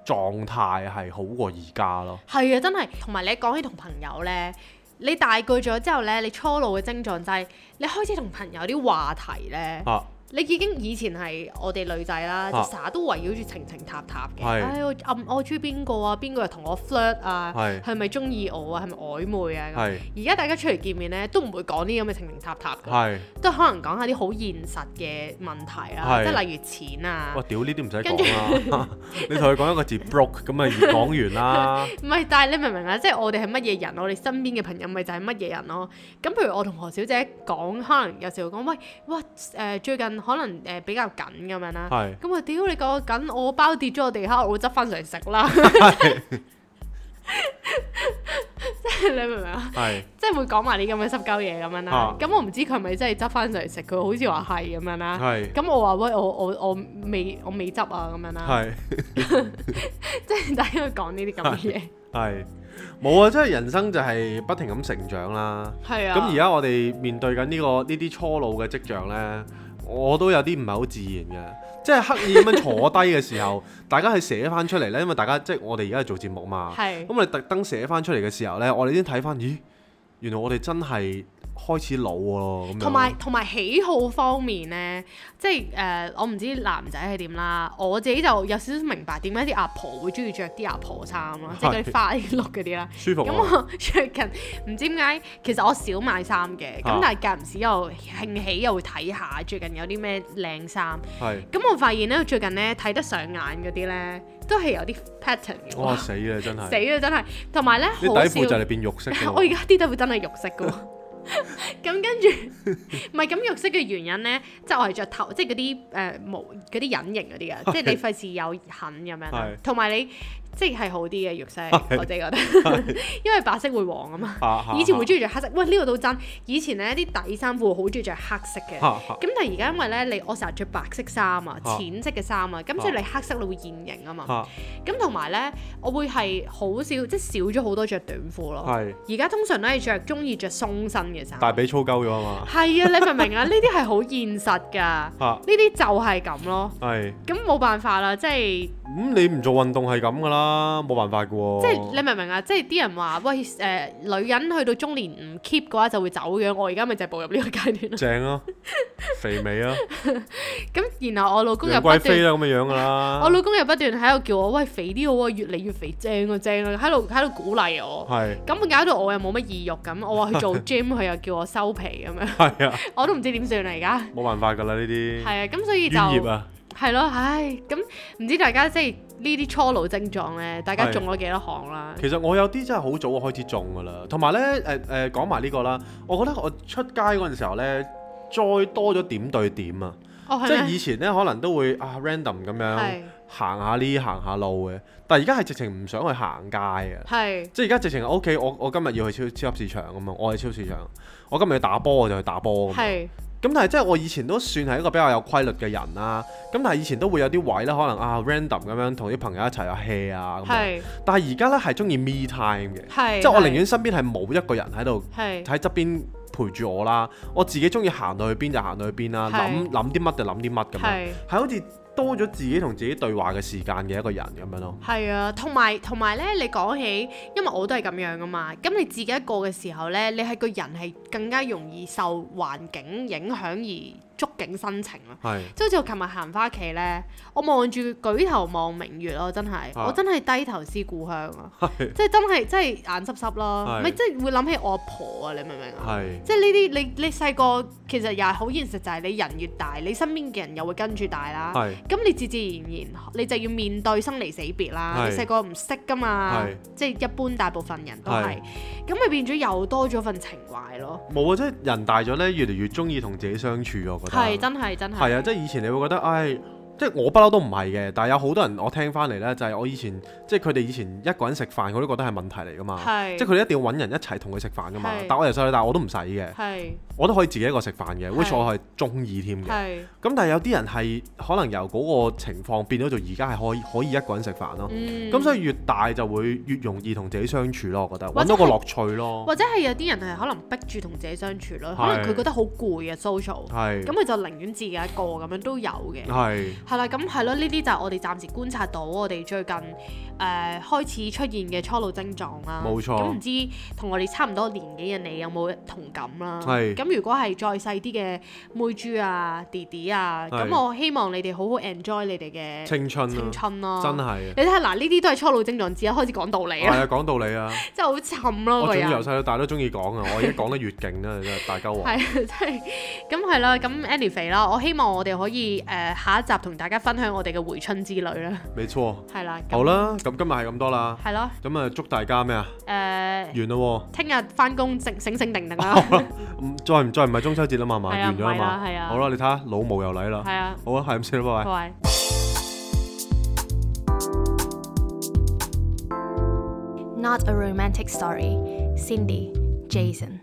[SPEAKER 1] 狀態係好過而家咯。
[SPEAKER 2] 係啊，真係。同埋你講起同朋友咧，你大個咗之後咧，你初老嘅症狀就係你開始同朋友啲話題咧。
[SPEAKER 1] 啊，
[SPEAKER 2] 你已經以前係我哋女仔啦，
[SPEAKER 1] 啊
[SPEAKER 2] 就成日都圍繞住情情塔塔嘅。
[SPEAKER 1] 係
[SPEAKER 2] 唉，我暗我中意邊個啊？邊個又同我 flirt 啊？
[SPEAKER 1] 係
[SPEAKER 2] 係咪中意我啊？係咪曖昧啊？咁
[SPEAKER 1] 係
[SPEAKER 2] 而家大家出嚟見面咧，都唔會講呢啲咁嘅情情塔塔嘅，
[SPEAKER 1] 係，
[SPEAKER 2] 都可能講下啲好現實嘅問題啦，
[SPEAKER 1] 係
[SPEAKER 2] 即係例如錢啊
[SPEAKER 1] 哇！，屌呢啲唔使
[SPEAKER 2] 跟住
[SPEAKER 1] 講啦， 你同佢講一個字 broke 咁啊，越講完 啦，
[SPEAKER 2] 唔係，但係你明唔明啊？即係我哋係乜嘢人，我哋身邊嘅朋友咪就係乜嘢人咯。咁譬如我同何小姐講，可能有時會講喂，哇誒、最近可能誒、比較緊咁樣啦，
[SPEAKER 1] 係
[SPEAKER 2] 咁我屌你講緊，我包跌咗我地下，我會執翻上嚟食啦。即係你明唔明啊？
[SPEAKER 1] 係
[SPEAKER 2] 即係會講埋啲咁嘅濕鳩嘢咁樣啦
[SPEAKER 1] 啊。
[SPEAKER 2] 咁、我唔知佢係咪真係執翻上嚟食，佢好似話係咁樣啦。
[SPEAKER 1] 係
[SPEAKER 2] 咁我話喂，我我我未我未執啊咁樣啦。
[SPEAKER 1] 係
[SPEAKER 2] 即係大家會講呢啲咁嘅嘢。
[SPEAKER 1] 係，冇啊！即係人生就係不停咁成長啦。
[SPEAKER 2] 係啊。
[SPEAKER 1] 咁而家我哋面對緊呢、個呢啲初老嘅跡象呢，我都有啲唔係好自然嘅，即係刻意咁樣坐低嘅時候， 大家係寫翻出嚟呢，因為大家即係我哋而家係做節目嘛，
[SPEAKER 2] 係
[SPEAKER 1] 咁我哋特登寫翻出嚟嘅時候呢，我哋先睇翻，咦，原來我哋真係開始老喎，咁樣
[SPEAKER 2] 同埋同埋喜好方面咧，即係誒、呃我唔知男仔係點啦，我自己就有少少明白點解啲阿婆會中意着啲阿婆衫啦，即係嗰啲
[SPEAKER 1] 係
[SPEAKER 2] 花衣碌嗰啲啦。
[SPEAKER 1] 舒服
[SPEAKER 2] 咁
[SPEAKER 1] 喎，
[SPEAKER 2] 我最近唔知點解，其實我少買衫嘅，咁
[SPEAKER 1] 啊
[SPEAKER 2] 但係間唔時又興起又會睇下最近有啲咩靚衫。
[SPEAKER 1] 係，
[SPEAKER 2] 咁我發現咧，最近咧睇得上眼嗰啲咧，都係有啲 pattern 嘅
[SPEAKER 1] 哇
[SPEAKER 2] 喎，
[SPEAKER 1] 死啦真
[SPEAKER 2] 死
[SPEAKER 1] 係，
[SPEAKER 2] 啊真係！同埋咧
[SPEAKER 1] 啲
[SPEAKER 2] 好
[SPEAKER 1] 底
[SPEAKER 2] 笑
[SPEAKER 1] 褲就，嚟變肉色嘅
[SPEAKER 2] 我而
[SPEAKER 1] 喎，
[SPEAKER 2] 家啲底褲真係肉色嘅喎， 咁跟 住唔係咁肉色嘅原因咧，即係我係着頭，即係嗰啲誒毛嗰啲隱形 嗰啲啊嘅，即係你費事有痕咁樣啦
[SPEAKER 1] 係，
[SPEAKER 2] 同埋你即係好啲嘅肉色，
[SPEAKER 1] 係
[SPEAKER 2] 我自己覺得， 因為白色會黃啊嘛。
[SPEAKER 1] 嚇嚇
[SPEAKER 2] 以前會中意着黑色，喂呢個都真。以前咧啲底衫褲好中意着黑色嘅，
[SPEAKER 1] 嚇嚇
[SPEAKER 2] 咁但係而家因為咧你我成日着白色衫啊、
[SPEAKER 1] 嚇
[SPEAKER 2] 淺色嘅衫啊，咁所以你黑色你會現形啊嘛。
[SPEAKER 1] 嚇
[SPEAKER 2] 咁同埋咧，我會係好少即係少咗好多着短褲咯。
[SPEAKER 1] 係
[SPEAKER 2] 而家通常都係着中意着鬆身嘅衫。
[SPEAKER 1] 大髀粗鳩咗啊嘛
[SPEAKER 2] 係啊，你明唔明啊？呢啲係好現實㗎，呢
[SPEAKER 1] 嚇
[SPEAKER 2] 啲就係咁咯。
[SPEAKER 1] 係
[SPEAKER 2] 咁冇辦法啦，即係
[SPEAKER 1] 咁你唔做運動係咁噶啦，冇辦法嘅喎。
[SPEAKER 2] 即係你明唔明啊？即係啲人話喂誒、呃女人去到中年唔 keep 嘅話就會走樣，我而家咪就係步入呢個 階段咯。
[SPEAKER 1] 正啊，肥美 啊，
[SPEAKER 2] 咁然後我老公又
[SPEAKER 1] 楊
[SPEAKER 2] 不
[SPEAKER 1] 貴妃
[SPEAKER 2] 斷，
[SPEAKER 1] 啦咁嘅樣噶
[SPEAKER 2] 我
[SPEAKER 1] 啦，
[SPEAKER 2] 老公又不斷喺度叫我喂肥啲好啊，越嚟越肥正啊正啊，喺度喺度鼓勵我。
[SPEAKER 1] 係
[SPEAKER 2] 咁搞到我又冇乜意欲咁，我話 去做 gym，佢又叫我收皮咁樣，
[SPEAKER 1] 係啊，
[SPEAKER 2] 我都唔知點算啦而家。
[SPEAKER 1] 冇辦法噶啦呢啲
[SPEAKER 2] 係啊，咁所以就
[SPEAKER 1] 專業啊，
[SPEAKER 2] 係咯，唉，咁唔知大家即係呢啲初老症狀咧，大家
[SPEAKER 1] 係
[SPEAKER 2] 中咗幾多行啦？
[SPEAKER 1] 其實我有啲真係好早開始中㗎啦，同埋咧誒誒講埋呢個啦，我覺得我出街嗰陣時候咧，再多咗點對點啊，
[SPEAKER 2] 哦，
[SPEAKER 1] 即
[SPEAKER 2] 係
[SPEAKER 1] 係
[SPEAKER 2] 咩？
[SPEAKER 1] 以前咧可能都會啊 random 咁樣
[SPEAKER 2] 係
[SPEAKER 1] 行下呢行下路嘅，但係而家係直情唔想去行街啊。
[SPEAKER 2] 係
[SPEAKER 1] 即係而家直情我屋企，我我今日要去超超級市場咁啊，我喺超市場，我今日要打波我就去打波咁樣。
[SPEAKER 2] 係
[SPEAKER 1] 咁但係即係我以前都算係一個比較有規律嘅人啦。咁但係以前都會有啲位咧，可能啊 random 咁樣同啲朋友一齊啊 hea 啊咁樣。
[SPEAKER 2] 係
[SPEAKER 1] 但係而家咧係中意 me time 嘅，
[SPEAKER 2] 係，
[SPEAKER 1] 即係我寧願身邊係冇一個人喺度
[SPEAKER 2] 係
[SPEAKER 1] 喺側邊陪住我啦。我自己中意行到去邊就行到去邊啦，
[SPEAKER 2] 係
[SPEAKER 1] 諗諗啲乜就諗啲乜咁樣，
[SPEAKER 2] 係
[SPEAKER 1] 係好似多咗自己同自己對話嘅時間嘅一個人咁樣咯。
[SPEAKER 2] 係啊，同埋同埋咧，你講起，因為我都係咁樣噶嘛。咁你自己一個嘅時候咧，你係個人係更加容易受環境影響而觸景生情咯。
[SPEAKER 1] 係
[SPEAKER 2] 即係好似我琴日行花旗咧，我望住舉頭望明月咯，真係，
[SPEAKER 1] 啊
[SPEAKER 2] 我真係低頭思故鄉啊！
[SPEAKER 1] 係
[SPEAKER 2] 即係真係真係眼濕濕咯，
[SPEAKER 1] 係
[SPEAKER 2] 咪即係會諗起我阿婆啊！你明唔明啊？
[SPEAKER 1] 係
[SPEAKER 2] 即係呢啲你你細個其實又係好現實，就係你人越大，你身邊嘅人又會跟住大啦。
[SPEAKER 1] 係。
[SPEAKER 2] 咁你自自然然你就要面對生離死別啦。
[SPEAKER 1] 係
[SPEAKER 2] 你細個唔識噶嘛
[SPEAKER 1] 係，
[SPEAKER 2] 即係一般大部分人都係
[SPEAKER 1] 係，
[SPEAKER 2] 咁咪變咗又多咗份情懷咯。
[SPEAKER 1] 冇啊！即係人大咗咧，越嚟越中意同自己相處，我覺得
[SPEAKER 2] 係真係真係
[SPEAKER 1] 係啊！即係以前你會覺得，唉，即係我不嬲都唔係嘅，但係有好多人我聽翻嚟咧，就係、我以前即係佢哋以前一個人食飯，佢都覺得係問題嚟噶嘛，
[SPEAKER 2] 係
[SPEAKER 1] 啊即係佢哋一定要揾人一齊同佢食飯噶嘛
[SPEAKER 2] 係。
[SPEAKER 1] 但我由細到大我都唔使嘅，
[SPEAKER 2] 係
[SPEAKER 1] 我都可以自己一個食飯嘅，which
[SPEAKER 2] 係
[SPEAKER 1] 我係中意添嘅。
[SPEAKER 2] 係
[SPEAKER 1] 咁但係有啲人係可能由嗰個情況變咗做而家係可以可以一個人食飯咯。
[SPEAKER 2] 嗯
[SPEAKER 1] 咁、所以越大就會越容易同自己相處咯，我覺得
[SPEAKER 2] 或
[SPEAKER 1] 揾
[SPEAKER 2] 者
[SPEAKER 1] 到個
[SPEAKER 2] 係
[SPEAKER 1] 樂趣咯，
[SPEAKER 2] 或者係有啲人係可能逼住同自己相處咯，
[SPEAKER 1] 係
[SPEAKER 2] 可能佢覺得好攰啊 social，
[SPEAKER 1] 係
[SPEAKER 2] 咁佢就寧願自己一個咁樣都有嘅。
[SPEAKER 1] 係
[SPEAKER 2] 係啦，咁係咯，呢啲就係我哋暫時觀察到我哋最近誒、呃、開始出現嘅初老症狀啦。
[SPEAKER 1] 冇錯
[SPEAKER 2] 咁唔知同我哋差唔多年紀嘅你有冇同感啦？
[SPEAKER 1] 係
[SPEAKER 2] 咁如果係再細啲嘅妹豬啊、弟弟啊，
[SPEAKER 1] 係
[SPEAKER 2] 咁我希望你哋好好 enjoy 你哋嘅
[SPEAKER 1] 青春啊
[SPEAKER 2] 青，春啦、
[SPEAKER 1] 真係啊！
[SPEAKER 2] 你睇下嗱，呢啲都係初老症狀之一，開始講道理
[SPEAKER 1] 係
[SPEAKER 2] 啦，
[SPEAKER 1] 啊，講道 理啊！
[SPEAKER 2] 真係好沉咯
[SPEAKER 1] 我
[SPEAKER 2] 個
[SPEAKER 1] 仲
[SPEAKER 2] 人。
[SPEAKER 1] 由細到大都中意講啊，我而家講得越勁啦，真係大家王。
[SPEAKER 2] 係， 即係咁係啦。咁 Annie 肥啦，我希望我哋可以誒、呃下一集同大家分享我哋嘅回春之旅啦。
[SPEAKER 1] 冇錯。
[SPEAKER 2] 係啦，咁
[SPEAKER 1] 好，啦，咁今日係咁多啦，
[SPEAKER 2] 係咯，
[SPEAKER 1] 咁啊祝大家咩啊？
[SPEAKER 2] 誒，
[SPEAKER 1] 完啦喎，
[SPEAKER 2] 聽日翻工醒醒醒定 定啦，
[SPEAKER 1] 唔嗯再唔再唔係中秋節啦嘛，係嘛
[SPEAKER 2] 啊係啊
[SPEAKER 1] 完咗啦
[SPEAKER 2] 唔係啦係啊
[SPEAKER 1] 嘛。好啦，你睇下老毛又嚟啦。
[SPEAKER 2] 係啊，
[SPEAKER 1] 好啊，係咁先啦，拜拜
[SPEAKER 2] 各。位。
[SPEAKER 3] Not a romantic story. Cindy, Jason.